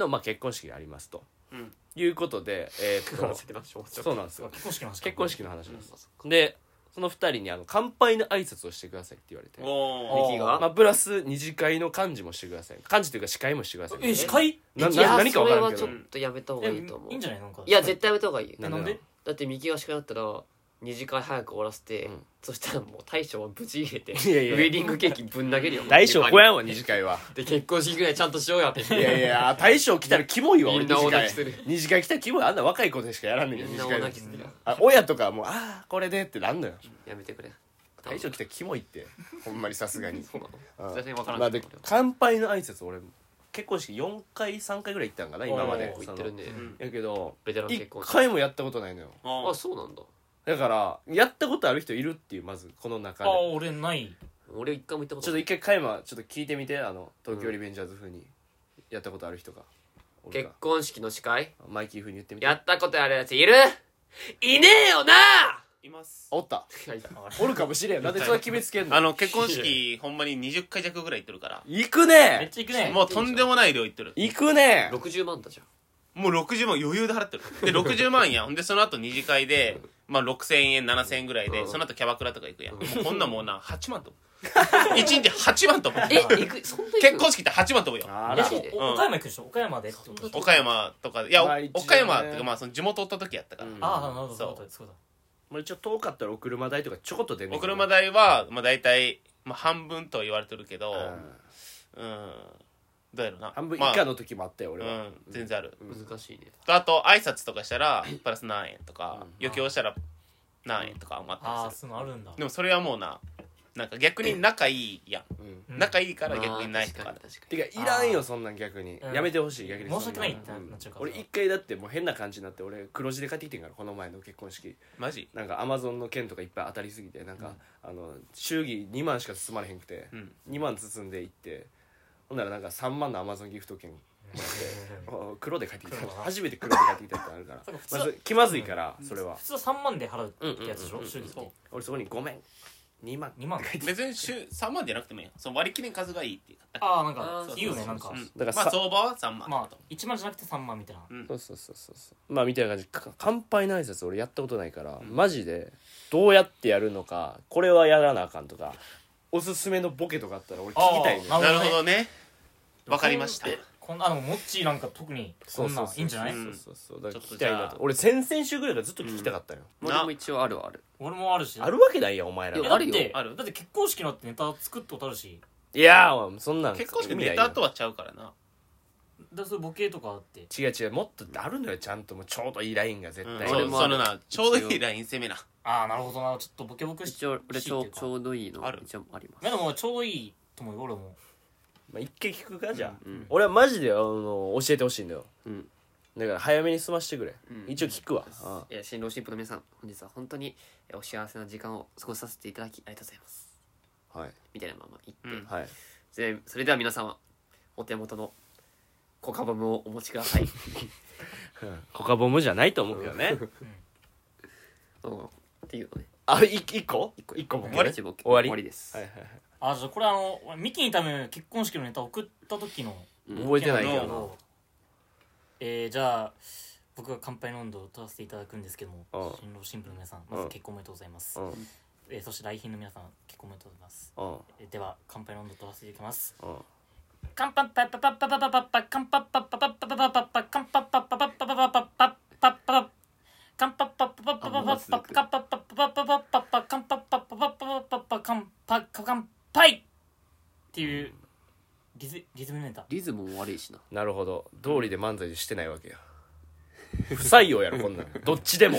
[SPEAKER 1] の、まあ、結婚式がありますと、
[SPEAKER 4] うん
[SPEAKER 1] いうことで、えーっとそうなんですよ
[SPEAKER 2] 結婚式の話
[SPEAKER 1] 結婚式の話です、でその二人にあの乾杯の挨拶をしてくださいって言われて、
[SPEAKER 4] お
[SPEAKER 3] 力
[SPEAKER 1] ま
[SPEAKER 3] が
[SPEAKER 1] あ、プラス二次会の幹事もしてください幹事というか司会もしてください
[SPEAKER 2] え司会
[SPEAKER 1] ないな
[SPEAKER 3] や
[SPEAKER 1] 何か
[SPEAKER 3] そ
[SPEAKER 1] 分
[SPEAKER 3] れ
[SPEAKER 1] からん
[SPEAKER 3] は
[SPEAKER 1] け
[SPEAKER 3] ちょ
[SPEAKER 1] ど
[SPEAKER 3] っとやめた方がいいと思う
[SPEAKER 2] いいんじゃないなんか
[SPEAKER 3] いや絶対やめた方がいい
[SPEAKER 1] な
[SPEAKER 2] なんで
[SPEAKER 3] だって右足がなったら二次会早く終わらせて、
[SPEAKER 1] うん
[SPEAKER 3] そしたらもう大将はぶち入れて
[SPEAKER 1] いやいや
[SPEAKER 3] ウェディングケーキぶん投げるよ
[SPEAKER 1] 大将小
[SPEAKER 3] や
[SPEAKER 1] やんわ二次会は
[SPEAKER 3] で結婚式ぐらいちゃんとしようやって
[SPEAKER 1] いやいや大将来たらキモいわ俺
[SPEAKER 3] み
[SPEAKER 1] 二次
[SPEAKER 3] んな大泣
[SPEAKER 1] 会
[SPEAKER 3] きする
[SPEAKER 1] 二次会来たらキモいあんな若い子でしかやらんねんけど
[SPEAKER 3] みん
[SPEAKER 1] 二
[SPEAKER 3] な
[SPEAKER 1] 次会
[SPEAKER 3] 大泣きするよ
[SPEAKER 1] あ親とかはもうああこれでってなんのよ
[SPEAKER 3] やめてくれ
[SPEAKER 1] 大将来たらキモいってほんまにさすがに
[SPEAKER 3] (laughs) そうなの
[SPEAKER 1] うん
[SPEAKER 3] 全然分からん
[SPEAKER 1] ま
[SPEAKER 3] け
[SPEAKER 1] あ
[SPEAKER 3] ど
[SPEAKER 1] で乾杯の挨拶俺結婚式4回3回ぐらい行ったんかな今まで
[SPEAKER 2] おー
[SPEAKER 1] そ
[SPEAKER 3] 言っ
[SPEAKER 1] の
[SPEAKER 3] てるね
[SPEAKER 4] うん
[SPEAKER 1] やけど
[SPEAKER 3] ベテラン結
[SPEAKER 1] 1
[SPEAKER 3] 婚式
[SPEAKER 1] 回もやったことないのよ
[SPEAKER 4] お
[SPEAKER 3] あそうなんだ
[SPEAKER 1] だからやったことある人いるっていうまずこの中
[SPEAKER 2] あ
[SPEAKER 1] で
[SPEAKER 2] あ俺ない
[SPEAKER 3] 俺一回も行ったこ
[SPEAKER 1] ちょっ
[SPEAKER 3] とな
[SPEAKER 1] と
[SPEAKER 3] い
[SPEAKER 1] 一回加山ちょっと聞いてみてあの東京リベンジャーズ風にやったことある人が俺
[SPEAKER 3] 結
[SPEAKER 1] が
[SPEAKER 3] 婚式の司会
[SPEAKER 1] マイキー風に言ってみて
[SPEAKER 3] やったことあるやついるいねえよない
[SPEAKER 4] ます
[SPEAKER 1] おった
[SPEAKER 3] いやいや
[SPEAKER 1] おるかもしれんなんでそれ決めつけんの
[SPEAKER 4] あの結婚式ほんまに20回弱ぐらい行ってるか
[SPEAKER 1] 行く
[SPEAKER 2] めっ
[SPEAKER 1] ね
[SPEAKER 2] ちゃいくね
[SPEAKER 4] らもうとんでもない量行ってる
[SPEAKER 1] 行くね
[SPEAKER 3] 60万だじゃん
[SPEAKER 4] もう60万余裕で払ってるで
[SPEAKER 1] (laughs)
[SPEAKER 4] 60万やんほんでその後二次会でまあ6000円7000円ぐらいでその後キャバクラとか行くやんもうこんなもうな8万と思う一日8万と
[SPEAKER 1] (laughs)
[SPEAKER 4] 思う
[SPEAKER 3] え行くそんな行く
[SPEAKER 4] 結婚式って8万飛ぶよ
[SPEAKER 1] あ
[SPEAKER 3] ら
[SPEAKER 2] しかもお
[SPEAKER 4] うん
[SPEAKER 2] 岡山行くでしょ岡山でってことでしょ
[SPEAKER 4] 岡山とかでいや、
[SPEAKER 1] まあ一応ね
[SPEAKER 4] 岡山っていうかまあその地元おった時やったから、
[SPEAKER 1] うん
[SPEAKER 2] ああなるほど
[SPEAKER 4] そう
[SPEAKER 2] そうだそうだ
[SPEAKER 1] もう一応遠かったらお車代とかちょこっと出んね
[SPEAKER 4] お
[SPEAKER 1] んけど
[SPEAKER 4] 車代はまあ大体、まあ、半分とは言われてるけど
[SPEAKER 1] うん
[SPEAKER 4] うん、どうやろな
[SPEAKER 1] 半分以下
[SPEAKER 4] の、
[SPEAKER 1] の時もあったよ俺
[SPEAKER 4] まあ、う
[SPEAKER 1] は
[SPEAKER 4] ん全然ある、
[SPEAKER 3] 難しいね
[SPEAKER 4] とあと挨拶とかしたらプラス何円とか、余興したら何円とか余った
[SPEAKER 2] ああ
[SPEAKER 4] りす
[SPEAKER 2] そういうのあるんだ
[SPEAKER 4] るでもそれはもうななんか逆に仲いいやん、
[SPEAKER 1] うん
[SPEAKER 2] うん
[SPEAKER 4] 仲いいから
[SPEAKER 3] まあ
[SPEAKER 4] 逆にないとか
[SPEAKER 3] 確かに確かに
[SPEAKER 1] てかいらんよそんなん逆に
[SPEAKER 2] うん
[SPEAKER 1] やめてほしい逆に
[SPEAKER 2] 申し訳ないっ
[SPEAKER 1] そん
[SPEAKER 2] てなっちゃうから
[SPEAKER 1] 俺一回だってもう変な感じになって俺黒字で帰ってきてんからこの前の結婚式
[SPEAKER 4] マジ
[SPEAKER 1] なんかアマゾンの件とかいっぱい当たりすぎてなんか、あの祝儀2万しか包まれへんくて、
[SPEAKER 4] うん
[SPEAKER 1] 2万包んでいってほんならなんか3万のアマゾンギフト券あ (laughs) 黒で帰ってきた
[SPEAKER 2] 黒は
[SPEAKER 1] 初めて黒で帰ってきたってあるから
[SPEAKER 2] (laughs) そうか普通
[SPEAKER 1] ま
[SPEAKER 2] は
[SPEAKER 1] ず気まずいからそれは
[SPEAKER 2] 普通は3万で払うってやつでしょ祝儀って
[SPEAKER 1] 俺そこに「ごめん2万
[SPEAKER 2] 2万
[SPEAKER 4] 別に週3万じゃなくてもいいやんその割り切りの数がいいっていうか
[SPEAKER 2] ああなん
[SPEAKER 3] あ
[SPEAKER 2] か
[SPEAKER 3] ー
[SPEAKER 2] 言う
[SPEAKER 3] そうそ
[SPEAKER 2] ね
[SPEAKER 3] うそう
[SPEAKER 2] なんか
[SPEAKER 4] うん
[SPEAKER 1] だからさ
[SPEAKER 4] まあ相場は3万、
[SPEAKER 2] まあ1万じゃなくて3万みたいな
[SPEAKER 4] うん
[SPEAKER 1] そうそうそうそうそうまあみたいな感じか乾杯の挨拶俺やったことないから、マジでどうやってやるのかこれはやらなあかんとかおすすめのボケとかあったら俺聞きたいね
[SPEAKER 2] あー
[SPEAKER 4] なるほどねわかりました
[SPEAKER 2] こんあのモッチーなんか特にこんなんいいんじゃない
[SPEAKER 1] そうそうそうだから
[SPEAKER 4] ちょっ
[SPEAKER 1] 聞
[SPEAKER 4] と
[SPEAKER 1] き
[SPEAKER 4] じ
[SPEAKER 1] たい
[SPEAKER 4] ゃあ
[SPEAKER 1] なと俺先々週ぐらいからずっと聞きたかったよ、
[SPEAKER 3] まあでも一応あるはある
[SPEAKER 2] 俺もあるし
[SPEAKER 1] あるわけないやんお前ら
[SPEAKER 3] い
[SPEAKER 2] えだ
[SPEAKER 3] や
[SPEAKER 1] が
[SPEAKER 2] っ
[SPEAKER 3] ある
[SPEAKER 2] て
[SPEAKER 3] よ
[SPEAKER 4] ある
[SPEAKER 2] だって結婚式のってネタ作ったことあるし
[SPEAKER 1] いやーそんなん
[SPEAKER 4] 結婚式
[SPEAKER 1] 意味な
[SPEAKER 4] ネ
[SPEAKER 1] いよ
[SPEAKER 4] タとはちゃうからな
[SPEAKER 2] だそういうボケとかあって
[SPEAKER 1] 違う違うもっとあるのよちゃんともうちょうどいいラインが絶
[SPEAKER 4] うん
[SPEAKER 1] 対、
[SPEAKER 3] そ
[SPEAKER 4] そ
[SPEAKER 3] れ
[SPEAKER 4] う
[SPEAKER 3] もあ
[SPEAKER 4] そ
[SPEAKER 3] る
[SPEAKER 4] のなちょうどいいライン攻めな
[SPEAKER 2] ああなるほどなちょっとボケボケし
[SPEAKER 3] 一応俺ちょ
[SPEAKER 2] しいう
[SPEAKER 3] ちょうどいいの
[SPEAKER 4] ある
[SPEAKER 3] 一応あります
[SPEAKER 2] まあでもちょうどいいと思うよ俺も
[SPEAKER 1] まあ、一回聞くかじゃあ、俺はマジであの教えてほしいんだよ、
[SPEAKER 3] うん
[SPEAKER 1] だから早めに済ましてくれ、
[SPEAKER 3] ん
[SPEAKER 1] 一応聞くわ、あ
[SPEAKER 3] えー新郎新婦の皆さん本日は本当にえーお幸せな時間を過ごさせていただきありがとうございます
[SPEAKER 1] あはい
[SPEAKER 3] みたいなまま言って、
[SPEAKER 4] うん
[SPEAKER 1] はい
[SPEAKER 3] でそれでは皆様お手元のコカボムをお持ちください
[SPEAKER 1] コカボムじゃないと思うけ
[SPEAKER 4] (laughs)
[SPEAKER 1] どね
[SPEAKER 3] うんっていうのね
[SPEAKER 1] あい一個
[SPEAKER 3] 一個
[SPEAKER 1] 一個ボケ
[SPEAKER 4] 終わり
[SPEAKER 3] 一応僕
[SPEAKER 1] 終わり
[SPEAKER 3] 終わりです、
[SPEAKER 1] はいはいはい
[SPEAKER 2] あじゃあこれあの俺ミキに多分結婚式のネタ送った時の
[SPEAKER 3] うん
[SPEAKER 1] 覚えてないけどな
[SPEAKER 2] えー、じゃあ僕が乾杯の温度を取らせていただくんですけども
[SPEAKER 1] うん
[SPEAKER 2] 新郎新婦の皆さんま
[SPEAKER 1] う
[SPEAKER 2] ず
[SPEAKER 1] ん
[SPEAKER 2] 結婚おめでとうございます
[SPEAKER 1] うん
[SPEAKER 2] えーそして来賓の皆さん結婚おめでとうございます
[SPEAKER 1] うん
[SPEAKER 2] えーでは乾杯の温度を取らせていただきます
[SPEAKER 1] うん
[SPEAKER 2] カンパッパッパッパッパッパッパッパッカンパッパッパッパッパッパッパッパッカンパッパッパッパッパッパッパッパッパッパッカンパッパッパッパッパッパッパッパッカンパッパッパッパッパッパッパッカンパッパッパッパッパッパッパッカンパッカンパイっていうリズリズムネタ
[SPEAKER 3] リズムも悪いしな
[SPEAKER 1] なるほど道理で漫才してないわけや不採用やろこんなんどっち (laughs) でも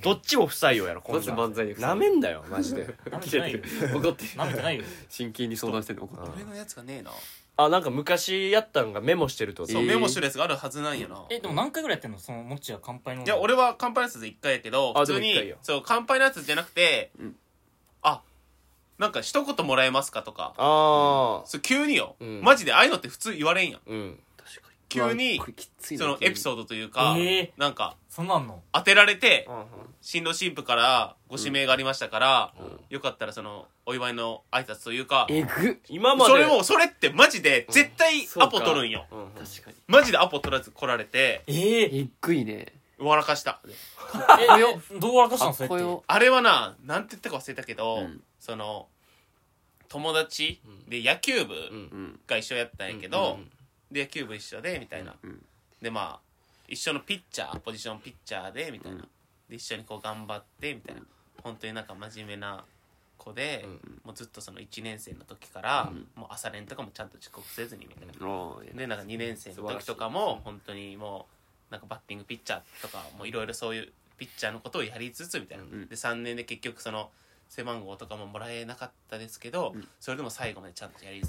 [SPEAKER 1] どっちも不採用やろこんなん
[SPEAKER 3] まず漫才で不採用
[SPEAKER 1] なめんだよマジで
[SPEAKER 2] なめてないよ
[SPEAKER 3] 怒って
[SPEAKER 2] なめてないよ
[SPEAKER 3] 真剣に相談してるの怒ってる
[SPEAKER 4] 俺のやつがねえな
[SPEAKER 1] (laughs) あなんか昔やったんがメモしてるってこと
[SPEAKER 4] そう
[SPEAKER 3] えー
[SPEAKER 4] メモしてるやつがあるはずなんやな
[SPEAKER 2] えでも何回ぐらいやってんのそのもっちは乾杯の
[SPEAKER 4] いや俺は乾杯のやつで1回やけど
[SPEAKER 1] あ
[SPEAKER 4] 普通
[SPEAKER 1] でも一回
[SPEAKER 4] に
[SPEAKER 1] や
[SPEAKER 4] そう乾杯のやつじゃなくて
[SPEAKER 3] うん
[SPEAKER 4] あなんか一言もらえますかとか
[SPEAKER 1] ああ
[SPEAKER 4] そう急によ
[SPEAKER 1] うん
[SPEAKER 4] マジでああいうのって普通言われんやん
[SPEAKER 1] うん
[SPEAKER 3] 確かに
[SPEAKER 4] 急に
[SPEAKER 3] うわこれきついな
[SPEAKER 4] そのエピソードというか
[SPEAKER 2] え
[SPEAKER 4] なんか
[SPEAKER 2] そんなんの
[SPEAKER 4] 当てられて
[SPEAKER 1] うんうん
[SPEAKER 4] 新郎新婦からご指名がありましたからよかったらそのお祝いの挨拶というか
[SPEAKER 3] えぐ
[SPEAKER 1] 今まで
[SPEAKER 4] それもそれってマジで絶対
[SPEAKER 3] そうか
[SPEAKER 4] アポ取るんよ
[SPEAKER 1] うんうん
[SPEAKER 3] 確かに
[SPEAKER 4] マジでアポ取らず来られて
[SPEAKER 2] ええ
[SPEAKER 3] えぐいね
[SPEAKER 4] 笑かした
[SPEAKER 2] えどう笑かした
[SPEAKER 3] か
[SPEAKER 2] の
[SPEAKER 3] っ
[SPEAKER 2] それっ
[SPEAKER 3] こ
[SPEAKER 2] て
[SPEAKER 3] よ
[SPEAKER 4] あれはな、なんて言ったか忘れたけど、
[SPEAKER 3] うん
[SPEAKER 4] その、友達で野球部
[SPEAKER 1] うん
[SPEAKER 3] うん
[SPEAKER 4] が一緒やったんやけ
[SPEAKER 1] うんうん
[SPEAKER 4] ど
[SPEAKER 1] う、ん
[SPEAKER 4] で、野球部一緒で、みたいな。
[SPEAKER 3] うん
[SPEAKER 4] で、まあ、一緒のピッチャー、ポジションピッチャーで、みたいな。
[SPEAKER 3] うん
[SPEAKER 4] で、一緒にこう頑張って、みたいな。本当になんか真面目な子で、
[SPEAKER 1] うん
[SPEAKER 4] もうずっとその1年生の時から、
[SPEAKER 3] うん
[SPEAKER 4] もう朝練とかもちゃんと遅刻せずに、みたいな。
[SPEAKER 3] ああ
[SPEAKER 4] で、なんか2年生の時とかも、本当にもう、なんかバッティングピッチャーとか、もういろいろそういうピッチャーのことをやりつつみたいな。
[SPEAKER 3] ん
[SPEAKER 4] で、3年で結局その、背番号とかももらえなかったですけど、
[SPEAKER 3] うん
[SPEAKER 4] それでも最後までちゃんとやり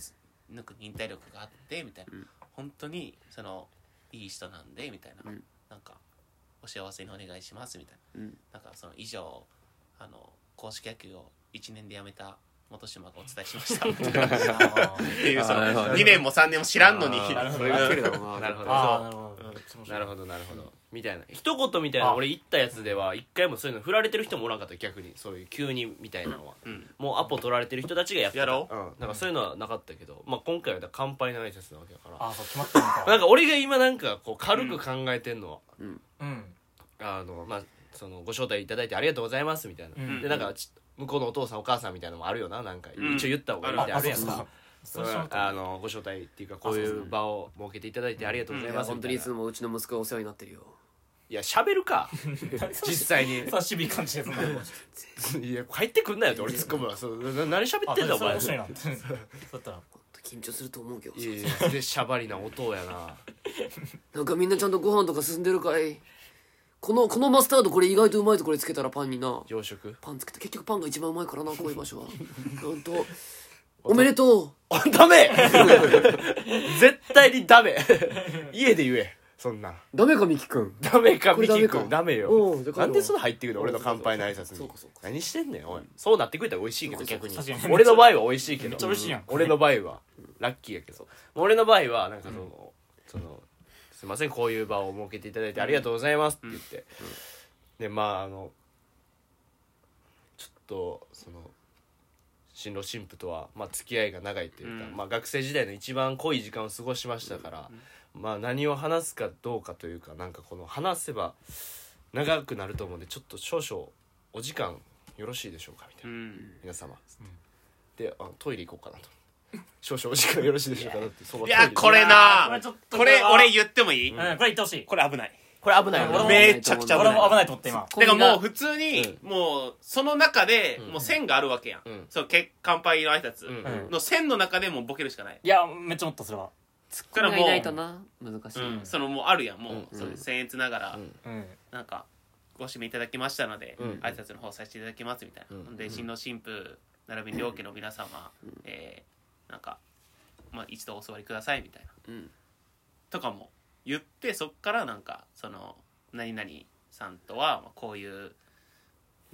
[SPEAKER 4] 抜く忍耐力があって、みたいな。
[SPEAKER 3] うん
[SPEAKER 4] 本当に、その、いい人なんで、みたいな。
[SPEAKER 3] うん
[SPEAKER 4] なんか、お幸せにお願いします、みたい
[SPEAKER 3] うん
[SPEAKER 4] な。なんか、その、以上、あの、公式野球を1年で辞めた元島がお伝えしました。みたいなって
[SPEAKER 3] (laughs)
[SPEAKER 4] いう、その、
[SPEAKER 3] あーなるほど
[SPEAKER 4] 2年も3年も知らんのに。
[SPEAKER 1] あー
[SPEAKER 3] それが来るだろうな
[SPEAKER 1] なるほど
[SPEAKER 2] ああなるほど
[SPEAKER 1] なるほどなるほどみたいな一言みたいな
[SPEAKER 2] あ
[SPEAKER 1] 俺言ったやつでは一回もそういうの振られてる人もおらんかった逆にそういう急にみたいなのは
[SPEAKER 4] うん
[SPEAKER 1] もうアポ取られてる人たちがやってた
[SPEAKER 4] やろ
[SPEAKER 1] う、ん、なんかそういうのはなかったけど、まあ、今回はだから乾杯の挨拶なわけだから
[SPEAKER 2] ああそう決まったの
[SPEAKER 1] なん
[SPEAKER 2] か
[SPEAKER 1] か俺が今なんかこう軽く考えてんのは、
[SPEAKER 2] うん
[SPEAKER 1] あのまあそのご招待いただいてありがとうございますみたいな、
[SPEAKER 2] うん
[SPEAKER 1] でなんかち向こうのお父さんお母さんみたいなのもあるよななんか、
[SPEAKER 4] うん
[SPEAKER 1] 一応言った方がいい
[SPEAKER 4] あ
[SPEAKER 1] みたいなのあるやん
[SPEAKER 2] そう
[SPEAKER 1] か
[SPEAKER 2] かそうし
[SPEAKER 1] う
[SPEAKER 2] よ
[SPEAKER 1] ん
[SPEAKER 2] うと
[SPEAKER 1] あのご招待っていうかこういう場を設けていただいてありがとうござい
[SPEAKER 3] い
[SPEAKER 1] ま
[SPEAKER 3] や
[SPEAKER 1] すみ
[SPEAKER 3] 本
[SPEAKER 1] た
[SPEAKER 3] 当
[SPEAKER 1] い
[SPEAKER 3] にい
[SPEAKER 1] な、
[SPEAKER 3] つもうちの息子がお世話になってるよ
[SPEAKER 1] いや喋るか実際に
[SPEAKER 2] さあ渋い感じですね
[SPEAKER 1] いや入ってくんなよって俺突っ込むわそうな何喋ってんだお
[SPEAKER 2] それ
[SPEAKER 1] 前
[SPEAKER 2] 面
[SPEAKER 1] い
[SPEAKER 2] 白いなっ
[SPEAKER 5] (laughs)
[SPEAKER 2] てそうだったら
[SPEAKER 3] ほんと緊張すると思うけど
[SPEAKER 1] やいやでしゃばりな音やな
[SPEAKER 3] なんかみんなちゃんとご飯とか進んでるかいこのこのマスタードこれ意外とうまいとこれつけたらパンにな
[SPEAKER 1] 洋食
[SPEAKER 3] パンつけて結局パンが一番うまいからなこういう場所
[SPEAKER 4] (laughs)
[SPEAKER 3] はほんとおめでとう
[SPEAKER 1] あダメ (laughs) 絶対にダメ家で言えそんなん
[SPEAKER 3] ダメかミキくん
[SPEAKER 1] ダメか
[SPEAKER 3] こ
[SPEAKER 1] ミ
[SPEAKER 3] れダメ
[SPEAKER 1] キ
[SPEAKER 3] か
[SPEAKER 1] 君ダメよ
[SPEAKER 3] おうじゃあ帰ろう
[SPEAKER 1] なんでその入ってくるの俺の乾杯の挨拶
[SPEAKER 3] そう
[SPEAKER 1] に
[SPEAKER 3] かそうか
[SPEAKER 1] 何してんねんおいそうなってくれたら美味しいけど逆に
[SPEAKER 2] 確かに
[SPEAKER 1] 俺の場合は美味しいけ
[SPEAKER 2] め
[SPEAKER 1] ど
[SPEAKER 2] っちゃ美味しいやん
[SPEAKER 1] 俺の場合はラッキーやけど俺の場合はなんかそのそのすいませんこういう場を設けていただいてありがとうございますって言ってでまああのちょっとその新郎新婦とはまあ付き合いが長いというか
[SPEAKER 4] うん
[SPEAKER 1] まあ学生時代の一番濃い時間を過ごしましたからまあ何を話すかどうかというかなんかこの話せば長くなると思うんでちょっと少々お時間よろしいでしょうかみたいな。
[SPEAKER 4] うん
[SPEAKER 1] 皆様、であトイレ行こうかなと少々お時間よろしいでしょうかなってその
[SPEAKER 4] いや
[SPEAKER 1] トイレ
[SPEAKER 4] これ
[SPEAKER 2] いやーこ
[SPEAKER 4] な
[SPEAKER 2] れちょっと
[SPEAKER 4] これ
[SPEAKER 2] これは
[SPEAKER 4] 俺言ってもいい、
[SPEAKER 2] うんこれ言ってほしい
[SPEAKER 4] これ危ない
[SPEAKER 1] これ危ない
[SPEAKER 2] 俺も
[SPEAKER 1] め
[SPEAKER 4] めちゃくちゃ危
[SPEAKER 2] 俺
[SPEAKER 4] ない
[SPEAKER 2] も危ないと思って今
[SPEAKER 4] だからもう普通に、もうその中で
[SPEAKER 1] うん
[SPEAKER 4] もう線があるわけやん、
[SPEAKER 1] うん
[SPEAKER 4] そうけ乾杯の挨拶
[SPEAKER 1] うん
[SPEAKER 2] うん
[SPEAKER 4] の線の中でもうボケるしかない、
[SPEAKER 2] いやめっちゃ思ったそれは
[SPEAKER 3] ツッ
[SPEAKER 4] か
[SPEAKER 3] コ
[SPEAKER 4] ら
[SPEAKER 3] ミ
[SPEAKER 4] も
[SPEAKER 3] が
[SPEAKER 4] う
[SPEAKER 3] いないとな難しい
[SPEAKER 4] そのもうあるやんもう、
[SPEAKER 1] うん
[SPEAKER 4] その僭越ながら、
[SPEAKER 1] うん
[SPEAKER 2] うん
[SPEAKER 4] なんかご指名いただきましたので、
[SPEAKER 1] うん
[SPEAKER 4] 挨拶の方させていただきますみたいな、
[SPEAKER 1] うん
[SPEAKER 4] で新郎新婦並びに両家の皆様、えーなんか、まあ、一度お座りくださいみたいな
[SPEAKER 3] うん
[SPEAKER 4] とかも言ってそっからなんかその何々さんとはまあこういう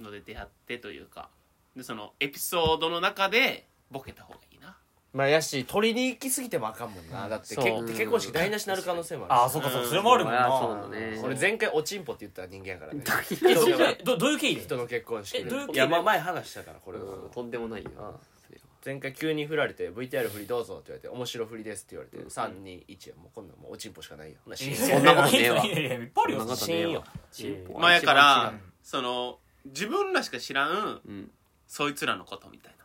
[SPEAKER 4] ので出会ってというかでそのエピソードの中でボケた方がいいな
[SPEAKER 1] まあやし取りに行き過ぎてもあかんもんなだって結
[SPEAKER 3] そう
[SPEAKER 1] 結婚式台無しになる可能性も
[SPEAKER 5] あ
[SPEAKER 1] あ
[SPEAKER 5] あ
[SPEAKER 1] る
[SPEAKER 5] そうかそうかそれもあるもんな
[SPEAKER 3] あーそうだね
[SPEAKER 1] 俺前回おちんぽって言った人間やからね
[SPEAKER 5] えどういうどどういう経緯で
[SPEAKER 1] (laughs) 人の結婚式
[SPEAKER 5] えどういう経
[SPEAKER 1] で
[SPEAKER 5] 緯
[SPEAKER 1] いやまあ前話したからこれは
[SPEAKER 3] うんとんでもないよ
[SPEAKER 1] あ前回急に振られて「VTR 振りどうぞ」って言われて「面白振りです」って言われて321もうこんなんもうおちんぽしかないよほなシーン
[SPEAKER 3] そんなことねえわ
[SPEAKER 5] いやいやいやいっぱいある
[SPEAKER 3] そんな
[SPEAKER 5] よ
[SPEAKER 3] ことねえわ
[SPEAKER 1] シーンよ
[SPEAKER 3] うん
[SPEAKER 4] まあやから
[SPEAKER 3] 一番
[SPEAKER 4] その自分らしか知らん
[SPEAKER 3] 違ううん
[SPEAKER 4] そいつらのことみたいな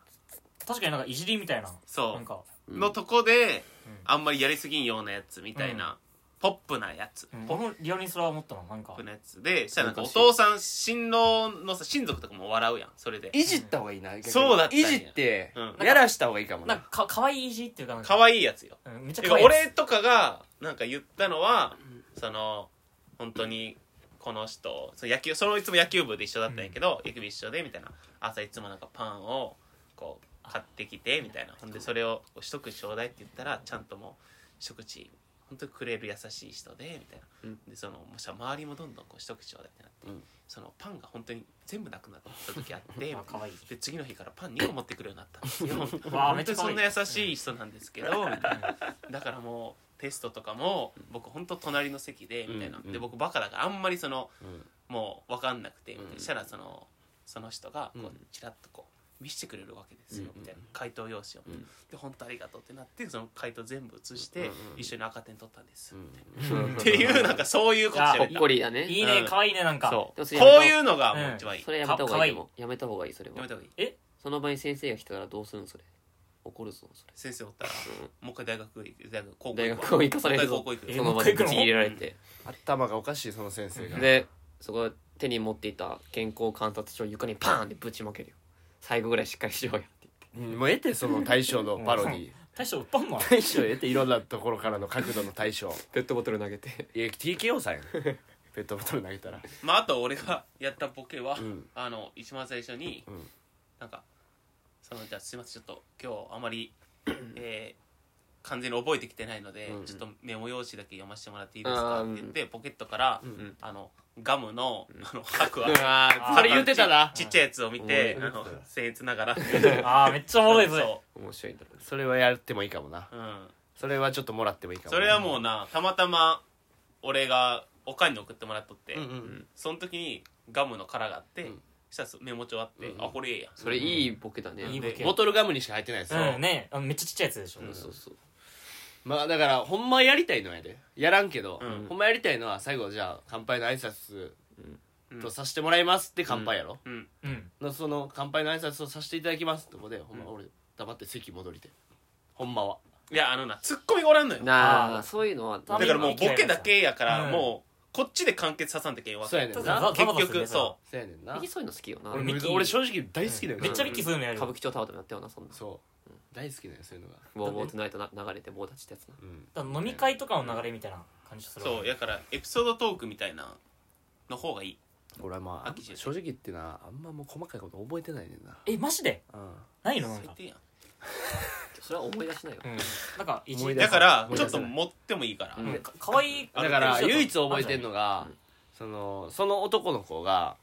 [SPEAKER 5] 確かになんかいじりみたいな
[SPEAKER 4] そ
[SPEAKER 5] なんか
[SPEAKER 4] うのとこで
[SPEAKER 5] うん
[SPEAKER 4] あんまりやりすぎんようなやつみたいなポップなやつ
[SPEAKER 5] うん
[SPEAKER 4] ポッ
[SPEAKER 5] 俺もリアルにそれは思ったななんか
[SPEAKER 4] プなやつでしたらなんかお父さん新郎のさ親族とかも笑うやんそれで
[SPEAKER 1] いじった方がいいな逆に
[SPEAKER 4] そうだったん
[SPEAKER 1] い
[SPEAKER 4] や
[SPEAKER 1] じって
[SPEAKER 4] うん
[SPEAKER 1] やらした方がいいかも
[SPEAKER 5] なん
[SPEAKER 1] な
[SPEAKER 5] かかかわいいいじっていうかなんか
[SPEAKER 4] 可愛いやつよ
[SPEAKER 5] うんめっちゃか
[SPEAKER 4] てか
[SPEAKER 5] わいい
[SPEAKER 4] 俺とかがなんか言ったのはその本当にこの人その野球そのいつも野球部で一緒だったんやけど、野球部一緒でみたいな朝いつもなんかパンをこう買ってきてみたいなほんでそれを一口ちょうだいって言ったらちゃんともう一口本当にくれる優しい人でみたいな、
[SPEAKER 3] うん
[SPEAKER 4] でそのもうさ周りもどんどんこう一口ちょうだいってなって、
[SPEAKER 1] うん
[SPEAKER 4] そのパンが本当に全部なくなった時あっ
[SPEAKER 5] (laughs)
[SPEAKER 4] て
[SPEAKER 5] あ可愛い
[SPEAKER 4] で次の日からパン2個持ってくるようになったんですよ
[SPEAKER 5] (laughs) わあ
[SPEAKER 4] 本当にそんな優しい人なんですけどみたいなだからもうテストとかも僕本当隣の席でみたいな
[SPEAKER 1] うんうん
[SPEAKER 4] で僕バカだからあんまりその
[SPEAKER 1] うん
[SPEAKER 4] もう分かんなくてみたいな
[SPEAKER 1] うん
[SPEAKER 4] したらそのその人がこ
[SPEAKER 1] う
[SPEAKER 4] うちらっとこう見せてくれるわけですよ
[SPEAKER 1] うん
[SPEAKER 4] みたいな回答用紙を
[SPEAKER 1] うん
[SPEAKER 4] で本当ありがとうってなってその回答全部写して
[SPEAKER 1] うんうん
[SPEAKER 4] 一緒に赤点取ったんです
[SPEAKER 1] うん
[SPEAKER 4] っていうなんかそういうことじゃ
[SPEAKER 5] あ
[SPEAKER 4] な
[SPEAKER 3] ほ
[SPEAKER 4] い
[SPEAKER 3] っこりだね
[SPEAKER 5] いいうね
[SPEAKER 4] ん
[SPEAKER 5] かわいいねなんか
[SPEAKER 4] そう
[SPEAKER 3] でも
[SPEAKER 4] こ
[SPEAKER 3] そうれやめた
[SPEAKER 4] いうのがもう一番いい
[SPEAKER 3] それやめた方がいいで
[SPEAKER 5] か
[SPEAKER 3] もやめた方がいいそれは
[SPEAKER 4] やめた方がいい
[SPEAKER 3] その場に先生が来たからどうするのそれ怒るぞそれ
[SPEAKER 4] 先生おったらもう一回大学行く大学高校
[SPEAKER 3] 大
[SPEAKER 4] 行くわ
[SPEAKER 3] 学を行かされるぞ
[SPEAKER 4] もう一回高校行く
[SPEAKER 5] え
[SPEAKER 3] その場でぶち入れられて
[SPEAKER 1] 頭がおかしいその先生が
[SPEAKER 3] でそこで手に持っていた健康観察書を床にパーンってぶちまけるよ最後ぐらいしっかりしようよって
[SPEAKER 1] うんもう得てその大将のパロディ
[SPEAKER 5] 大したおっぱんもん
[SPEAKER 1] 大将得ていろんなところからの角度の大将
[SPEAKER 3] ペットボトル投げて
[SPEAKER 1] (laughs) いや TKO さんやん (laughs) ペットボトル投げたら
[SPEAKER 4] まああと俺がやったボケは、
[SPEAKER 1] うん
[SPEAKER 4] あの一番最初に、
[SPEAKER 1] うん
[SPEAKER 4] なんかそのじゃあすいませんちょっと今日あまり、えー完全に覚えてきてないので、
[SPEAKER 1] うん
[SPEAKER 4] ちょっとメモ用紙だけ読ませてもらっていいですか
[SPEAKER 3] あ
[SPEAKER 4] っ
[SPEAKER 3] ー
[SPEAKER 4] て言って、ポケットから、
[SPEAKER 3] ん
[SPEAKER 4] あのガムのあの白亜
[SPEAKER 3] あ
[SPEAKER 5] ー
[SPEAKER 4] そ
[SPEAKER 5] それ
[SPEAKER 4] れ言
[SPEAKER 5] 言
[SPEAKER 4] っ
[SPEAKER 5] ってて
[SPEAKER 4] た
[SPEAKER 5] た
[SPEAKER 4] な
[SPEAKER 5] な
[SPEAKER 4] ちっちゃいやつを見て、
[SPEAKER 1] うん
[SPEAKER 4] あの僭越ながら
[SPEAKER 5] あーめっちゃおもろいそれ
[SPEAKER 4] そ
[SPEAKER 3] 面白いんだろうね
[SPEAKER 1] それはやってもいいかもな
[SPEAKER 4] う、うん、
[SPEAKER 1] それはちょっともらってもいいかも
[SPEAKER 4] それはもうなたまたま俺がおかんに送ってもらっとって、
[SPEAKER 1] うんうん
[SPEAKER 4] その時にガムの殻があって、
[SPEAKER 1] うん
[SPEAKER 4] したらメモ帳あって、あこれええやん
[SPEAKER 3] それいいボケだね
[SPEAKER 5] いいボケ
[SPEAKER 1] ボトルガムにしか入ってないですよ、
[SPEAKER 5] うんねあのめっちゃちっちゃいやつでしょ
[SPEAKER 3] うんそうそう
[SPEAKER 1] まあだからほんまやりたいのやでやらんけど、
[SPEAKER 4] うん
[SPEAKER 1] ほんまやりたいのは最後じゃあ乾杯の挨拶
[SPEAKER 4] うん
[SPEAKER 1] とさせてもらいますって乾杯やろ、
[SPEAKER 4] うん
[SPEAKER 5] うん
[SPEAKER 1] のその乾杯の挨拶をさせていただきますってとこでほんま俺黙って席戻りてほんまはい
[SPEAKER 4] やあのなツッコミがおらんのよだ
[SPEAKER 3] な
[SPEAKER 5] あ
[SPEAKER 3] あ
[SPEAKER 5] ー
[SPEAKER 3] そういうのは
[SPEAKER 5] だ
[SPEAKER 4] からもうボケだけやから、
[SPEAKER 5] うん
[SPEAKER 4] もうこっちで完結ささんといけんわ
[SPEAKER 1] そうやねんな
[SPEAKER 5] そう
[SPEAKER 4] 結
[SPEAKER 5] そうそう
[SPEAKER 4] 局そ
[SPEAKER 1] そうやねんな
[SPEAKER 3] ミキそういうの好きよな
[SPEAKER 5] 俺ミキ
[SPEAKER 1] 俺正直大好きだよ、
[SPEAKER 5] めっちゃミッキーそういうのやる
[SPEAKER 3] 歌舞伎町タワーでもやったよなそんな
[SPEAKER 1] そう大好きだよそういうのが
[SPEAKER 3] ボーボートナイトな流れて棒立ちってやつな
[SPEAKER 1] うん
[SPEAKER 5] だから飲み会とかの流れみたいな感じす
[SPEAKER 4] う
[SPEAKER 5] る
[SPEAKER 4] そうやからエピソードトークみたいなの方がいい
[SPEAKER 1] 俺はまあ
[SPEAKER 4] 秋じゃ
[SPEAKER 1] 正直言ってなあんまもう細かいこと覚えてないねんな
[SPEAKER 5] えマジで
[SPEAKER 1] うん
[SPEAKER 5] ないのなん
[SPEAKER 4] 最
[SPEAKER 5] か
[SPEAKER 4] 低やん
[SPEAKER 3] それは思い出しないよ
[SPEAKER 5] うんなんかいじ
[SPEAKER 1] 思い出
[SPEAKER 4] だ
[SPEAKER 1] す
[SPEAKER 4] から
[SPEAKER 1] 思い
[SPEAKER 4] ちょ
[SPEAKER 1] 出
[SPEAKER 4] っ
[SPEAKER 1] せ
[SPEAKER 4] と
[SPEAKER 1] ない
[SPEAKER 4] 持ってもいいから、
[SPEAKER 1] うん
[SPEAKER 5] かかわいい
[SPEAKER 1] だから唯一覚えて
[SPEAKER 5] ん
[SPEAKER 1] るのがそのその男の子が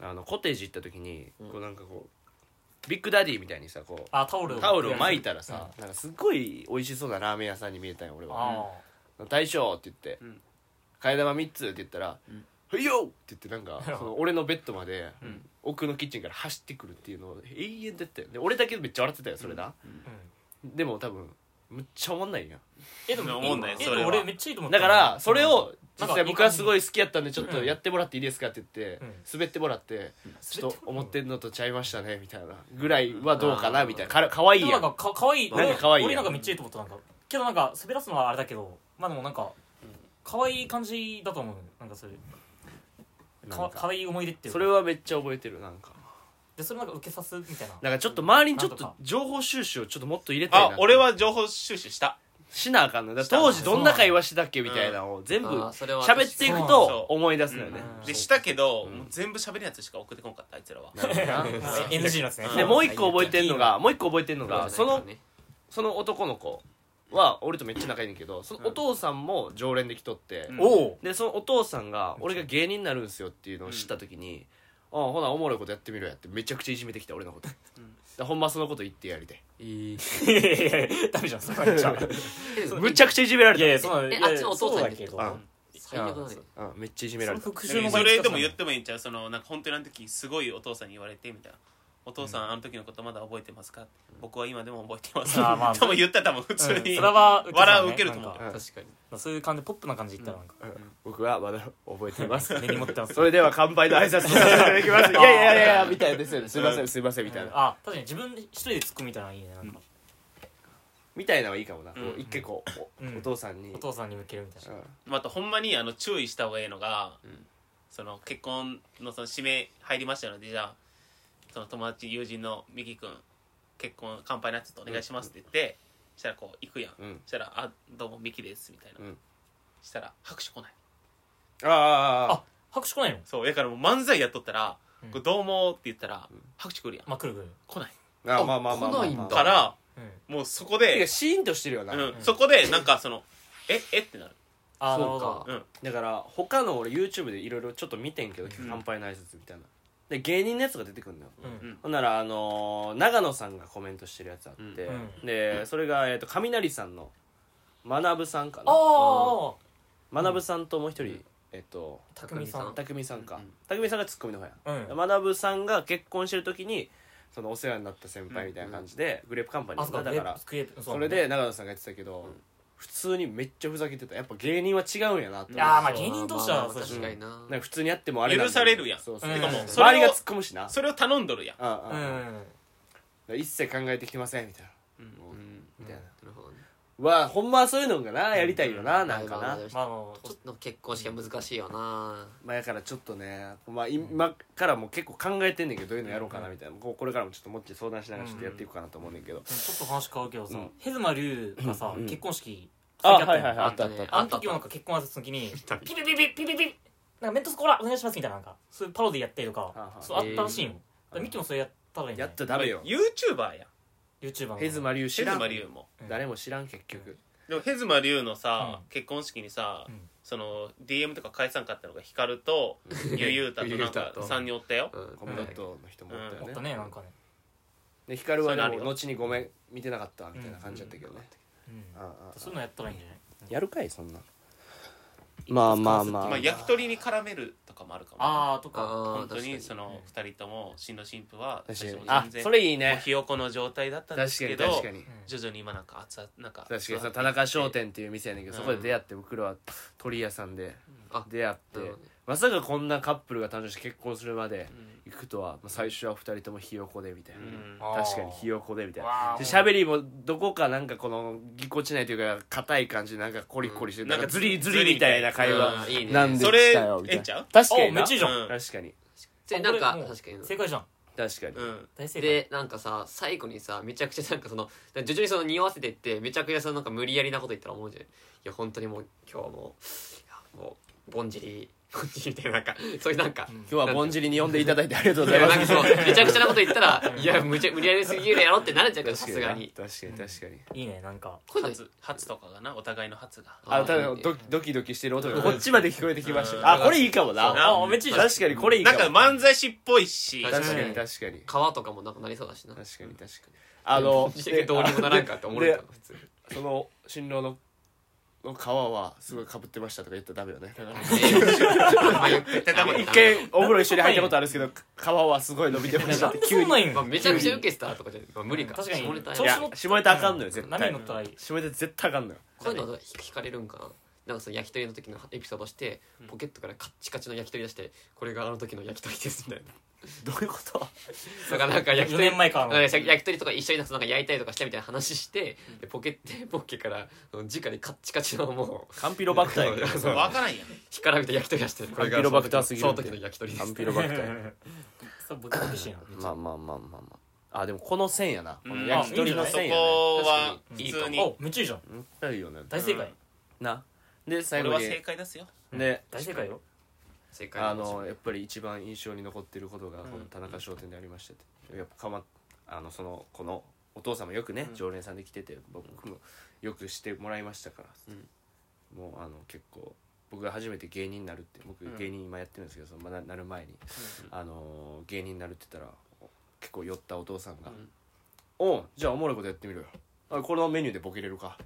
[SPEAKER 1] あのコテージ行った時に、
[SPEAKER 3] うん
[SPEAKER 1] こうなんかこうビッグダディみたいにさこう
[SPEAKER 5] あタオル
[SPEAKER 1] タオルを巻いたらさ、なんかすっごい美味しそうなラーメン屋さんに見えたんよ俺は
[SPEAKER 5] あ
[SPEAKER 1] 「大将」って言って
[SPEAKER 4] うん
[SPEAKER 1] 「替え玉3つ」って言ったら「はいよ!」って言ってなんかその俺のベッドまで
[SPEAKER 4] ん
[SPEAKER 1] 奥のキッチンから走ってくるっていうのを永遠でやってたよで俺だけめっちゃ笑ってたよそれな、
[SPEAKER 5] ーうん
[SPEAKER 1] でも多分むっちゃおもんないんや
[SPEAKER 5] えで
[SPEAKER 4] いや
[SPEAKER 5] も
[SPEAKER 4] 思んないよ
[SPEAKER 5] え
[SPEAKER 4] それは
[SPEAKER 5] でも俺めっちゃいいと思った
[SPEAKER 1] だからそれを
[SPEAKER 5] な
[SPEAKER 1] 実
[SPEAKER 5] んか
[SPEAKER 1] 際
[SPEAKER 5] いい
[SPEAKER 1] 僕はすごい好きやったんでちょっとやってもらっていいですかって言って
[SPEAKER 5] うん
[SPEAKER 1] 滑ってもらってちょっと思って
[SPEAKER 5] る
[SPEAKER 1] んのとちゃいましたねみたいなぐらいはどうかなみたいなかかわいい
[SPEAKER 5] な
[SPEAKER 1] や
[SPEAKER 5] んか
[SPEAKER 1] ん
[SPEAKER 5] かかわいい
[SPEAKER 1] なんかかわいいやん
[SPEAKER 5] 俺なんかめっちゃいいと思ったなんかけどなんか滑らすのはあれだけどまあでもなんかかわいい感じだと思うなんかそれか
[SPEAKER 1] なん
[SPEAKER 5] わ
[SPEAKER 1] か
[SPEAKER 5] かわいい思い出っていうか
[SPEAKER 1] それはめっちゃ覚えてるなんか
[SPEAKER 5] でそれなんか受けさすみたいな
[SPEAKER 1] だからちょっと周りにちょっ
[SPEAKER 5] なん
[SPEAKER 1] と
[SPEAKER 5] とか
[SPEAKER 1] 情報収集をちょっともっと入れたいな
[SPEAKER 4] あ俺は情報収集した
[SPEAKER 1] しなあかんのよだから当時どんな会話してたっけみたいなのを全部
[SPEAKER 3] あーそれは
[SPEAKER 1] 喋っていくと思い出すのよね
[SPEAKER 5] うん
[SPEAKER 4] でしたけど、
[SPEAKER 1] うん
[SPEAKER 4] もう全部喋るやつしか送ってこんかったあいつらは
[SPEAKER 5] (laughs) あ NG なんですね
[SPEAKER 4] うん
[SPEAKER 1] でもう一個覚えてんのがもう一個覚えてんのがその
[SPEAKER 3] ね
[SPEAKER 1] その男の子は俺とめっちゃ仲いいねんけどそのお父さんも常連で来とって、
[SPEAKER 4] うん
[SPEAKER 5] おお
[SPEAKER 1] でそのお父さんが俺が芸人になるんすよっていうのを知った時に「ああほなおもろいことやってみろや」ってめちゃくちゃいじめてきた俺のこと、
[SPEAKER 4] ん
[SPEAKER 1] だほんまそのこと言ってやりて
[SPEAKER 3] えー
[SPEAKER 5] (laughs) いやいやいやダメじゃんそれじゃ
[SPEAKER 3] (laughs)
[SPEAKER 1] むちゃくちゃいじめられ
[SPEAKER 5] い
[SPEAKER 1] た
[SPEAKER 5] やいやその
[SPEAKER 3] えあっちのお父さんに
[SPEAKER 5] けど
[SPEAKER 1] う
[SPEAKER 5] そ
[SPEAKER 1] ん
[SPEAKER 3] 最悪だね
[SPEAKER 1] うん、めっちゃいじめら
[SPEAKER 5] の
[SPEAKER 1] れた
[SPEAKER 5] 復
[SPEAKER 4] で
[SPEAKER 5] 讐の
[SPEAKER 4] も
[SPEAKER 5] 場合
[SPEAKER 4] それでも言っ
[SPEAKER 5] って
[SPEAKER 4] もいいんちゃうそのなんか本当にあの時すごいお父さんに言われてみたいなお父さん、あの時のことまだ覚えてますか僕は今でも覚えてます
[SPEAKER 5] あーまあ
[SPEAKER 4] 多分言ったら多分普通に、
[SPEAKER 5] それは
[SPEAKER 4] 笑い受けると思う
[SPEAKER 5] なんか
[SPEAKER 1] うん
[SPEAKER 3] 確かに
[SPEAKER 5] そういう感じポップな感じで言ったらなんか
[SPEAKER 1] うん僕はまだ覚えて
[SPEAKER 5] (laughs)
[SPEAKER 1] います
[SPEAKER 5] 根に持ってます
[SPEAKER 1] それでは乾杯の挨拶をさせていただきますいやいやいやいやみたいですよねすいませんすいませんみたいな
[SPEAKER 5] あ確かに自分一人で突っ込みたいなのいいねなんか
[SPEAKER 1] みたいなのはいいかもな、こ
[SPEAKER 4] ん
[SPEAKER 1] う一回こうお,、
[SPEAKER 5] うん
[SPEAKER 1] 父さんに
[SPEAKER 5] お父さんに向けるみたいな
[SPEAKER 4] またほんまにあの注意した方がいいのが、その結婚のその指名入りましたのでじゃあその友達友人のミキ君結婚乾杯のやつとお願いしますって言って、したらこう行くやん、
[SPEAKER 1] うん
[SPEAKER 4] したら「あどうもミキです」みたいな、
[SPEAKER 1] うん
[SPEAKER 4] したら拍手来ない
[SPEAKER 1] ああああ
[SPEAKER 5] あ拍手来ないの
[SPEAKER 4] そうやからもう漫才やっとったら「
[SPEAKER 5] うん
[SPEAKER 4] こうどうも」って言ったら拍手来るやん、
[SPEAKER 5] まあ来る来る
[SPEAKER 4] 来ない
[SPEAKER 1] ああまあまあまあまあまあ
[SPEAKER 3] 来ないんだ
[SPEAKER 4] から
[SPEAKER 5] うん
[SPEAKER 4] もうそこ
[SPEAKER 1] いや
[SPEAKER 4] で、
[SPEAKER 1] シーンとしてるよな、
[SPEAKER 4] うん、そこでなんかその「ええっ?」てなる
[SPEAKER 5] あーなる
[SPEAKER 3] そ
[SPEAKER 5] ほ
[SPEAKER 3] うか
[SPEAKER 5] ど
[SPEAKER 4] うん
[SPEAKER 1] だから他の俺 YouTube でいろいろちょっと見てんけど乾杯の挨拶みたいなで芸人のやつが出てくるんだよ
[SPEAKER 5] うん
[SPEAKER 1] ほんならあのー長野さんがコメントしてるやつあって
[SPEAKER 5] うん
[SPEAKER 1] でそれがえーと雷さんの学さんかな
[SPEAKER 5] あ
[SPEAKER 1] 学さんともう一人えっと
[SPEAKER 5] あ匠さん
[SPEAKER 1] 匠さんか
[SPEAKER 4] うん
[SPEAKER 1] 匠さんがツッコミの方や
[SPEAKER 5] うん
[SPEAKER 1] 学さんが結婚してる時にそのお世話になった先輩みたいな感じでグレープカンパニ
[SPEAKER 5] あ
[SPEAKER 1] ー
[SPEAKER 5] そ
[SPEAKER 1] だ
[SPEAKER 5] うか
[SPEAKER 1] だから
[SPEAKER 5] クレープクレープ
[SPEAKER 1] それで長野さんが言ってたけど普通にめっちゃふざけてたやっぱ芸人は違うんやなって
[SPEAKER 5] い
[SPEAKER 1] 思う
[SPEAKER 5] やーまあ芸人同士は
[SPEAKER 3] まあまあ確かにな
[SPEAKER 1] なんか普通にやってもあれなん
[SPEAKER 4] 許
[SPEAKER 1] だ
[SPEAKER 4] されるやん
[SPEAKER 1] そうそう
[SPEAKER 5] うん
[SPEAKER 1] てかもう
[SPEAKER 5] うん
[SPEAKER 1] 周りが突っ込むしな
[SPEAKER 4] それを頼んどるやん
[SPEAKER 1] うん
[SPEAKER 5] そう
[SPEAKER 1] う
[SPEAKER 5] だね
[SPEAKER 1] ん
[SPEAKER 5] うん
[SPEAKER 1] うん一切考えてきてませんみたいな
[SPEAKER 4] うん
[SPEAKER 3] うん
[SPEAKER 1] みたいな
[SPEAKER 3] なるほどね
[SPEAKER 1] わあほんまはそういうのがなやりたいよななんか
[SPEAKER 3] ま
[SPEAKER 1] な
[SPEAKER 3] あまあ
[SPEAKER 5] まああの
[SPEAKER 3] ちょっと結婚式は難しいよな
[SPEAKER 1] まあだからちょっとねまあ今からも結構考えてんねんけどどういうのやろうかなみたいなこうこれからもちょっともっち相談しながらちょっとやっていくかなと思うねんけど
[SPEAKER 5] ちょっと話変わるけどさ
[SPEAKER 1] うん
[SPEAKER 5] ヘズマリュウがさ
[SPEAKER 1] うん
[SPEAKER 5] 結婚式先
[SPEAKER 1] あ
[SPEAKER 5] やった
[SPEAKER 1] は
[SPEAKER 5] の
[SPEAKER 1] いはいはいあったあったあった
[SPEAKER 5] あの時もなんか結婚挨拶の時
[SPEAKER 1] (laughs)
[SPEAKER 5] にピピピピピピピなんかメントスコーラお願いしますみたいななんかそういうパロディやったりと
[SPEAKER 1] は
[SPEAKER 5] か
[SPEAKER 1] あはあ
[SPEAKER 5] そうあったらしいのだからミキもそれやったらいいんじゃ
[SPEAKER 1] や
[SPEAKER 5] な
[SPEAKER 1] っ
[SPEAKER 5] い
[SPEAKER 1] ちゃダメよ
[SPEAKER 4] YouTuber やん
[SPEAKER 5] YouTuber の
[SPEAKER 1] ヘズマリュウ
[SPEAKER 4] ヘ
[SPEAKER 1] 知ら
[SPEAKER 4] ズ
[SPEAKER 1] ん
[SPEAKER 4] マリュウも
[SPEAKER 1] 誰も知らん結局
[SPEAKER 4] でもヘズマリュウのさ、
[SPEAKER 5] うん
[SPEAKER 4] 結婚式にさ、
[SPEAKER 5] うん
[SPEAKER 4] その DM とか返さんかったのがヒカルとユユータとなん
[SPEAKER 3] ユ
[SPEAKER 4] か
[SPEAKER 3] ユータと
[SPEAKER 4] 3人おったよ、
[SPEAKER 3] うん
[SPEAKER 1] コムドットの人もおった
[SPEAKER 5] おっ
[SPEAKER 1] よ
[SPEAKER 5] た
[SPEAKER 1] ね
[SPEAKER 5] ねなんかね
[SPEAKER 1] でヒカルは
[SPEAKER 4] そう
[SPEAKER 1] で
[SPEAKER 4] なる
[SPEAKER 1] も
[SPEAKER 4] よ
[SPEAKER 1] 後にごめん見てなかったみたいな感じだったけどね
[SPEAKER 5] うん
[SPEAKER 1] うんうんうん
[SPEAKER 5] そういうのやったらいいんじゃない
[SPEAKER 1] やるかいそんなまあまあまあ
[SPEAKER 4] まあ、焼き鳥に絡めるとかもあるかも
[SPEAKER 5] ああとか
[SPEAKER 3] あー
[SPEAKER 4] 本当に
[SPEAKER 3] 確か
[SPEAKER 4] その2人とも新郎新婦は
[SPEAKER 1] 確
[SPEAKER 4] 私
[SPEAKER 1] かに
[SPEAKER 4] も
[SPEAKER 1] あ
[SPEAKER 4] 全然
[SPEAKER 1] それい
[SPEAKER 4] も
[SPEAKER 1] い
[SPEAKER 4] う
[SPEAKER 1] ね
[SPEAKER 4] ひよこの状態だったんですけど
[SPEAKER 1] 確かに確かに
[SPEAKER 4] 徐々に今なんか熱々なんか
[SPEAKER 1] 確かにその田中商店っていう店やねんけど、
[SPEAKER 4] うん
[SPEAKER 1] そこで出会って僕らは鳥屋さんで
[SPEAKER 3] あ
[SPEAKER 1] 出会って、
[SPEAKER 3] なるほどね
[SPEAKER 1] まさかこんなカップルが誕生して結婚するまで行くとは、まあ、最初は2人ともひよこでみたい
[SPEAKER 4] うん、うん
[SPEAKER 5] あ
[SPEAKER 1] な、
[SPEAKER 5] ー
[SPEAKER 1] 確かにひよこでみたいな
[SPEAKER 5] わあ
[SPEAKER 1] で喋りもどこかなんかこのぎこちないというか硬い感じでなんかコリコリして、
[SPEAKER 4] うん
[SPEAKER 1] なんかズリズ
[SPEAKER 4] なんかズリ
[SPEAKER 1] リみたいな会
[SPEAKER 3] う
[SPEAKER 1] 話
[SPEAKER 3] んいいね
[SPEAKER 1] なんでしたよみたいな
[SPEAKER 4] それええ
[SPEAKER 5] お
[SPEAKER 4] ん
[SPEAKER 1] 確かにな
[SPEAKER 5] めっちゃいいじゃん
[SPEAKER 4] うん
[SPEAKER 1] 確かに
[SPEAKER 3] で
[SPEAKER 5] あ
[SPEAKER 3] なんか
[SPEAKER 5] これもう
[SPEAKER 3] 確かに
[SPEAKER 5] 正解じゃん
[SPEAKER 1] 確かに、
[SPEAKER 4] うん
[SPEAKER 5] 大正解
[SPEAKER 3] でなんかさ最後にさめちゃくちゃなんかその徐々にその匂わせてってめちゃくちゃそのなんか無理やりなこと言ったら思うじゃんいや本当にもう今日はもういやもうぼんじり (laughs) ぼんじりみたいななんかそういうなんか、
[SPEAKER 5] ん
[SPEAKER 1] 今日はぼんじりに呼んでいただいてありがとうござい
[SPEAKER 3] な
[SPEAKER 1] ま
[SPEAKER 3] ん
[SPEAKER 1] す
[SPEAKER 3] かそうめちゃくちゃなこと言ったらいやむちゃ無理やりすぎるやろってなるんじゃんけどさ
[SPEAKER 1] 確
[SPEAKER 3] す
[SPEAKER 1] か
[SPEAKER 3] が
[SPEAKER 1] に
[SPEAKER 3] に
[SPEAKER 1] な確かに確かに
[SPEAKER 5] いいねなんか
[SPEAKER 3] こういうの
[SPEAKER 4] 初初とかがなお互いの初が
[SPEAKER 1] あただ
[SPEAKER 3] うん
[SPEAKER 1] ドキドキドキしてる音がこっちまで聞こえてきまし
[SPEAKER 4] うん
[SPEAKER 1] たあこれいいかも
[SPEAKER 4] そうな
[SPEAKER 1] な
[SPEAKER 5] あめっちゃいいじゃん
[SPEAKER 1] 確かにこれいい
[SPEAKER 4] な
[SPEAKER 1] か
[SPEAKER 4] ん
[SPEAKER 1] も
[SPEAKER 4] か漫才師っぽいし
[SPEAKER 1] 確か
[SPEAKER 5] う
[SPEAKER 1] に
[SPEAKER 5] ん
[SPEAKER 1] 確かに
[SPEAKER 3] 川とかもなくなりそうだしな
[SPEAKER 1] 確かに確かにあの
[SPEAKER 3] で (laughs) どうにもならんかって思う
[SPEAKER 1] で
[SPEAKER 3] よ普通
[SPEAKER 1] その新郎のの皮はすごいかぶってましたとか言ったらダメよね
[SPEAKER 3] (laughs)
[SPEAKER 4] ダメ
[SPEAKER 1] 一回お風呂一緒に入ったことあるんですけど皮はす (laughs) ごい伸びてました
[SPEAKER 5] な
[SPEAKER 1] っ
[SPEAKER 5] ん
[SPEAKER 1] て
[SPEAKER 5] で
[SPEAKER 1] 急
[SPEAKER 5] そ
[SPEAKER 1] に
[SPEAKER 5] んないん
[SPEAKER 3] まあめちゃくちゃ受けてたとかじゃまあ無理か
[SPEAKER 5] 確かに
[SPEAKER 3] 下ネタや
[SPEAKER 5] 調
[SPEAKER 1] い
[SPEAKER 5] 子
[SPEAKER 1] や
[SPEAKER 5] 乗って
[SPEAKER 1] 下ネタあかんのよ絶
[SPEAKER 5] 波
[SPEAKER 1] 対
[SPEAKER 5] に乗ったらいい
[SPEAKER 1] 下ネタ絶対あかんのよ
[SPEAKER 3] こういうの惹かれるんかななんかその焼き鳥の時のエピソードしてポケットからカッチカチの焼き鳥出してこれがあの時の焼き鳥ですみたいな
[SPEAKER 1] どういうこと
[SPEAKER 3] だからなんか焼き
[SPEAKER 5] 4
[SPEAKER 3] 鳥
[SPEAKER 5] 年前から
[SPEAKER 3] なん
[SPEAKER 5] の
[SPEAKER 3] か焼き鳥とか一緒になんか焼いたりとかしたみたいな話してでポケットポッケからその直にカッチカチのもう
[SPEAKER 1] カンピロバクターやけど
[SPEAKER 3] そう
[SPEAKER 4] 分からんやん
[SPEAKER 3] 干からびた焼き鳥出してこれが
[SPEAKER 1] アンピロバクターすぎる
[SPEAKER 3] その時の焼き鳥で
[SPEAKER 1] カ (laughs)
[SPEAKER 3] す
[SPEAKER 1] ンピロバクターや
[SPEAKER 5] そう僕が欲しいな
[SPEAKER 1] まあまあまあまあまああでもこの線やな、この
[SPEAKER 4] うん
[SPEAKER 1] 焼き鳥の
[SPEAKER 5] あいいんじゃない
[SPEAKER 4] そこ
[SPEAKER 1] 線やね
[SPEAKER 4] は
[SPEAKER 1] 確かに
[SPEAKER 4] 普通に
[SPEAKER 5] おめっちゃいいじゃん
[SPEAKER 1] だるよね
[SPEAKER 5] 大正解、
[SPEAKER 4] うん
[SPEAKER 1] なで最
[SPEAKER 4] 俺
[SPEAKER 1] 後
[SPEAKER 4] は
[SPEAKER 1] に
[SPEAKER 4] 正解ですよ
[SPEAKER 1] で
[SPEAKER 5] 大正解よ
[SPEAKER 3] 正解
[SPEAKER 1] あ
[SPEAKER 3] なんですよ
[SPEAKER 1] のやっぱり一番印象に残ってることがこの田中商店でありましたってやっぱかまあのそのこのお父様よくね、常連さんで来てて僕もよくしてもらいましたから、もうあの結構僕が初めて芸人になるって僕
[SPEAKER 4] ん
[SPEAKER 1] 芸人今やってるんですけどそのまあななる前に、あの芸人になるって言ったら結構酔ったお父さんが
[SPEAKER 3] うん
[SPEAKER 1] 「おうじゃあおもろいことやってみろよあこのメニューでボケれるか」って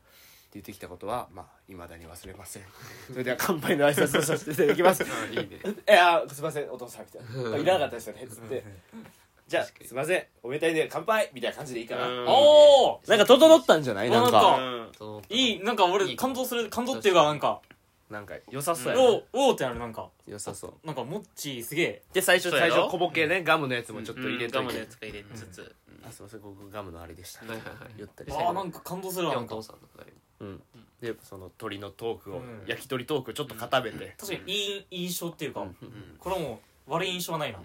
[SPEAKER 1] 言ってきたことはまあいまだに忘れ
[SPEAKER 4] (laughs)
[SPEAKER 1] ませんそれでは乾杯の挨拶をさせていただきます
[SPEAKER 3] あいいね
[SPEAKER 1] いやすいませんお父さんみた
[SPEAKER 4] (laughs)
[SPEAKER 1] いな「いらなかったですよね」っつって「じゃあすいませんおめでたいで乾杯」みたいな感じでいいかな、
[SPEAKER 4] うん
[SPEAKER 5] おお
[SPEAKER 1] なんか整ったんじゃないなん
[SPEAKER 5] あ
[SPEAKER 1] か
[SPEAKER 5] な
[SPEAKER 4] うん
[SPEAKER 3] そう
[SPEAKER 5] いいなんか
[SPEAKER 3] い
[SPEAKER 5] 俺
[SPEAKER 3] い
[SPEAKER 5] 感動する感動っていうかなんか
[SPEAKER 1] なんか良さそうやな、
[SPEAKER 5] おーおーってなるなんか
[SPEAKER 1] 良さそう
[SPEAKER 5] なんかモッチーすげえ
[SPEAKER 1] で最初
[SPEAKER 4] そうや
[SPEAKER 1] 最
[SPEAKER 4] ろ
[SPEAKER 1] 初小ボケねガムのやつもちょっと
[SPEAKER 4] うん
[SPEAKER 1] 入れ
[SPEAKER 4] ガ
[SPEAKER 1] とい
[SPEAKER 4] ムの
[SPEAKER 1] て、
[SPEAKER 4] やつが入れつつ
[SPEAKER 1] あすいません僕ガムのあれでした、
[SPEAKER 3] はいはいはい
[SPEAKER 1] 言ったりして
[SPEAKER 5] あーなんか感動するわ
[SPEAKER 3] で
[SPEAKER 5] な
[SPEAKER 3] お
[SPEAKER 5] んか
[SPEAKER 3] 父さんのくだり
[SPEAKER 1] うん、でその鳥のトーク
[SPEAKER 5] う
[SPEAKER 1] を、
[SPEAKER 5] ん
[SPEAKER 1] 焼き鳥トークをちょっと固めて、
[SPEAKER 5] 確かにいい印象っていうか、
[SPEAKER 1] うん
[SPEAKER 5] これはもう悪い印象はないな、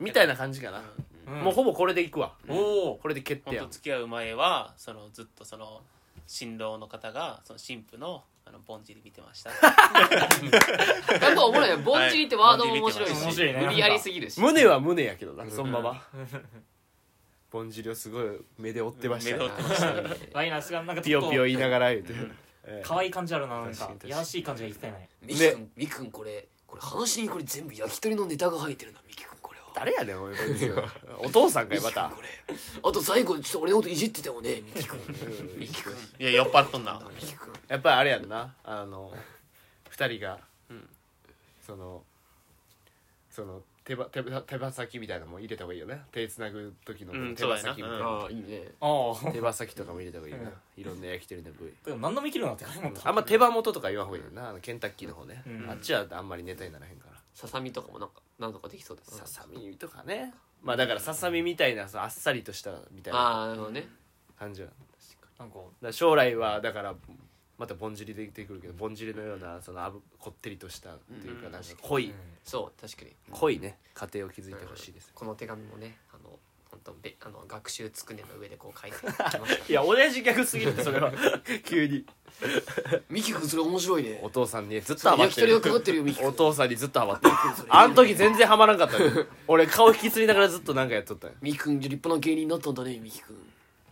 [SPEAKER 1] みたいな感じかな、
[SPEAKER 5] ん
[SPEAKER 1] もうほぼこれでいくわ
[SPEAKER 5] おお
[SPEAKER 1] これで決定
[SPEAKER 4] 本
[SPEAKER 1] や
[SPEAKER 4] 当付き合う前はそのずっとその新郎の方がその新婦のあのぼんじり見てました
[SPEAKER 3] やっぱおもろいねぼんじりってワードも面白いし
[SPEAKER 5] 面白いね
[SPEAKER 3] 無理やりすぎるし
[SPEAKER 1] 胸は胸やけどなそのまま (laughs) ぼんじりをすごい目で追ってましたよ
[SPEAKER 4] 目で追ってました
[SPEAKER 3] ね
[SPEAKER 5] ワイナスがなんか
[SPEAKER 1] (laughs) ピ
[SPEAKER 5] ちょっ
[SPEAKER 1] ヨ
[SPEAKER 5] と
[SPEAKER 1] ピヨ言いながら言うて、ええ
[SPEAKER 5] 可愛い感じあるななん
[SPEAKER 1] 確か
[SPEAKER 5] か
[SPEAKER 1] に確かに
[SPEAKER 5] いやらしい感じが一切ない
[SPEAKER 3] ミキ君ミキ君これこれ話にこれ全部焼き鳥のネタが入ってるなミキ君これは
[SPEAKER 1] 誰やねんおいこいつお父さんかよまた
[SPEAKER 3] これあと最後ちょっと俺のこといじってたよねミキ君ミキ君
[SPEAKER 4] いや酔っ払っとん
[SPEAKER 1] (laughs)
[SPEAKER 4] な
[SPEAKER 3] ミキ君
[SPEAKER 1] やっぱりあれやんなあの二人が、そのその手ば手ば手羽先みたいなのも入れた方がいいよね手つなぐ時の
[SPEAKER 4] うん
[SPEAKER 1] 手羽先みた
[SPEAKER 4] そう
[SPEAKER 1] いな
[SPEAKER 4] やな、
[SPEAKER 3] ああいいね
[SPEAKER 5] ああ
[SPEAKER 1] 手羽先とかも入れた方がいいな、
[SPEAKER 5] うん
[SPEAKER 1] いろんな焼き鳥の部位
[SPEAKER 5] でも何でもいけるなって感じもんな
[SPEAKER 1] あんま手羽元とか言わん方がいいよなあのケンタッキーの方ね、
[SPEAKER 5] うん
[SPEAKER 1] あっちはあんまりネタにならへんから
[SPEAKER 3] ささみとかもなんかなんとかできそうです
[SPEAKER 1] ささみとかねまあだからささみみたいなさあっさりとしたみたいな
[SPEAKER 3] ああなるほどね
[SPEAKER 1] 感じはだか
[SPEAKER 5] なんから
[SPEAKER 1] (laughs) 将来はだからまたぼんじりで出てくるけどぼんじりのようなそのあぶこってりとしたっていうかなんか濃い、
[SPEAKER 3] そう確かに
[SPEAKER 1] 濃いね家庭を築いてほしいです、
[SPEAKER 3] この手紙もねあの本当べあの学習つくねの上でこう書いてきました
[SPEAKER 1] (laughs) いや親父ギャグすぎるってそ
[SPEAKER 3] (laughs)
[SPEAKER 1] れは急に
[SPEAKER 3] ミキ君それ面白いね
[SPEAKER 1] お父さんにずっとハマ
[SPEAKER 3] 焼
[SPEAKER 1] っ
[SPEAKER 3] き
[SPEAKER 1] て
[SPEAKER 3] 鳥が
[SPEAKER 1] る
[SPEAKER 3] かかってるよミキ
[SPEAKER 1] お
[SPEAKER 3] 君
[SPEAKER 1] 父さんにずっとハマってるあん時全然ハマらんかったのよ俺顔引きつりながらずっとなんかやっとったよ
[SPEAKER 3] ミキ君立派な芸人になったんだねミキ君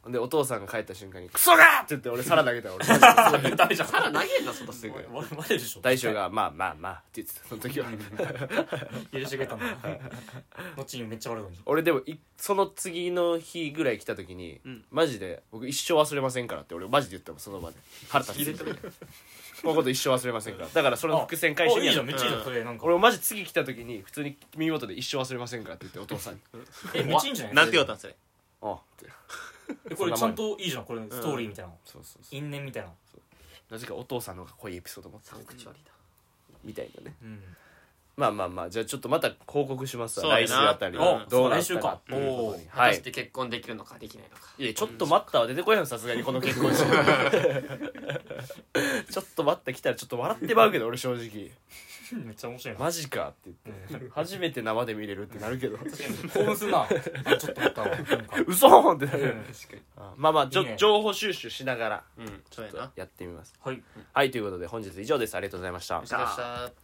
[SPEAKER 1] でお父さんが帰った瞬間に「クソが!」って言って俺皿投げたよ俺
[SPEAKER 5] ダメじゃん
[SPEAKER 3] ただ投げんなそんなすぐ
[SPEAKER 5] 割割れるでしょ
[SPEAKER 1] 大将が「まあまあまあ」って言ってたその時は
[SPEAKER 5] 許してくれたんだ後にめっちゃ悪いのに
[SPEAKER 1] 俺でもいその次の日ぐらい来た時に、マジで僕一生忘れませんからって俺マジで言ったもんその場で腹立つこういうこと一生忘れませんからだからその伏線回収
[SPEAKER 5] おいいじゃん
[SPEAKER 1] に
[SPEAKER 5] めっちゃいいじゃんそれなんか
[SPEAKER 1] 俺もマジ次来た時に普通に耳元で一生忘れませんからって言ってお父さんに「
[SPEAKER 5] えめっちゃいいんじゃない
[SPEAKER 4] なんて言おうたんそれ
[SPEAKER 1] ああ」って
[SPEAKER 5] えこれちゃんといいじゃんこれストーリーみたいな
[SPEAKER 1] そうそうそう
[SPEAKER 5] 因縁みたいな
[SPEAKER 1] なぜかお父さんの方が濃いエピソード持ってた
[SPEAKER 3] サンクチュアリだ
[SPEAKER 1] みたいなね
[SPEAKER 5] うん
[SPEAKER 1] まあまあまあじゃあちょっとまた報告します
[SPEAKER 4] そう
[SPEAKER 1] わ
[SPEAKER 4] やな
[SPEAKER 1] 来週あたり
[SPEAKER 4] うん
[SPEAKER 5] お
[SPEAKER 1] どうな
[SPEAKER 5] 来
[SPEAKER 1] った
[SPEAKER 5] 週
[SPEAKER 1] か
[SPEAKER 5] か
[SPEAKER 1] っていうことに
[SPEAKER 3] 果
[SPEAKER 1] は
[SPEAKER 3] た
[SPEAKER 1] い
[SPEAKER 3] して結婚できるのかできないのか
[SPEAKER 1] いやちょっと待ったは出てこいよさすがにこの結婚式ちょっと待った来たらちょっと笑ってまうけど俺正直
[SPEAKER 5] めっちゃ面白いな
[SPEAKER 1] マジかって言って初めて生で見れるってなる
[SPEAKER 5] (laughs)
[SPEAKER 1] けど
[SPEAKER 5] 興奮すんなあちょっと待ったわなんか
[SPEAKER 1] 嘘ーんってなるよね
[SPEAKER 3] 確かに
[SPEAKER 1] あまあまあちょ
[SPEAKER 5] いいね
[SPEAKER 1] 情報収集しながら
[SPEAKER 4] うんそうや
[SPEAKER 1] ちょっ
[SPEAKER 4] な
[SPEAKER 1] とやってみます
[SPEAKER 5] はい
[SPEAKER 1] はいということで本日以上ですありがとうございました
[SPEAKER 4] よっしゃ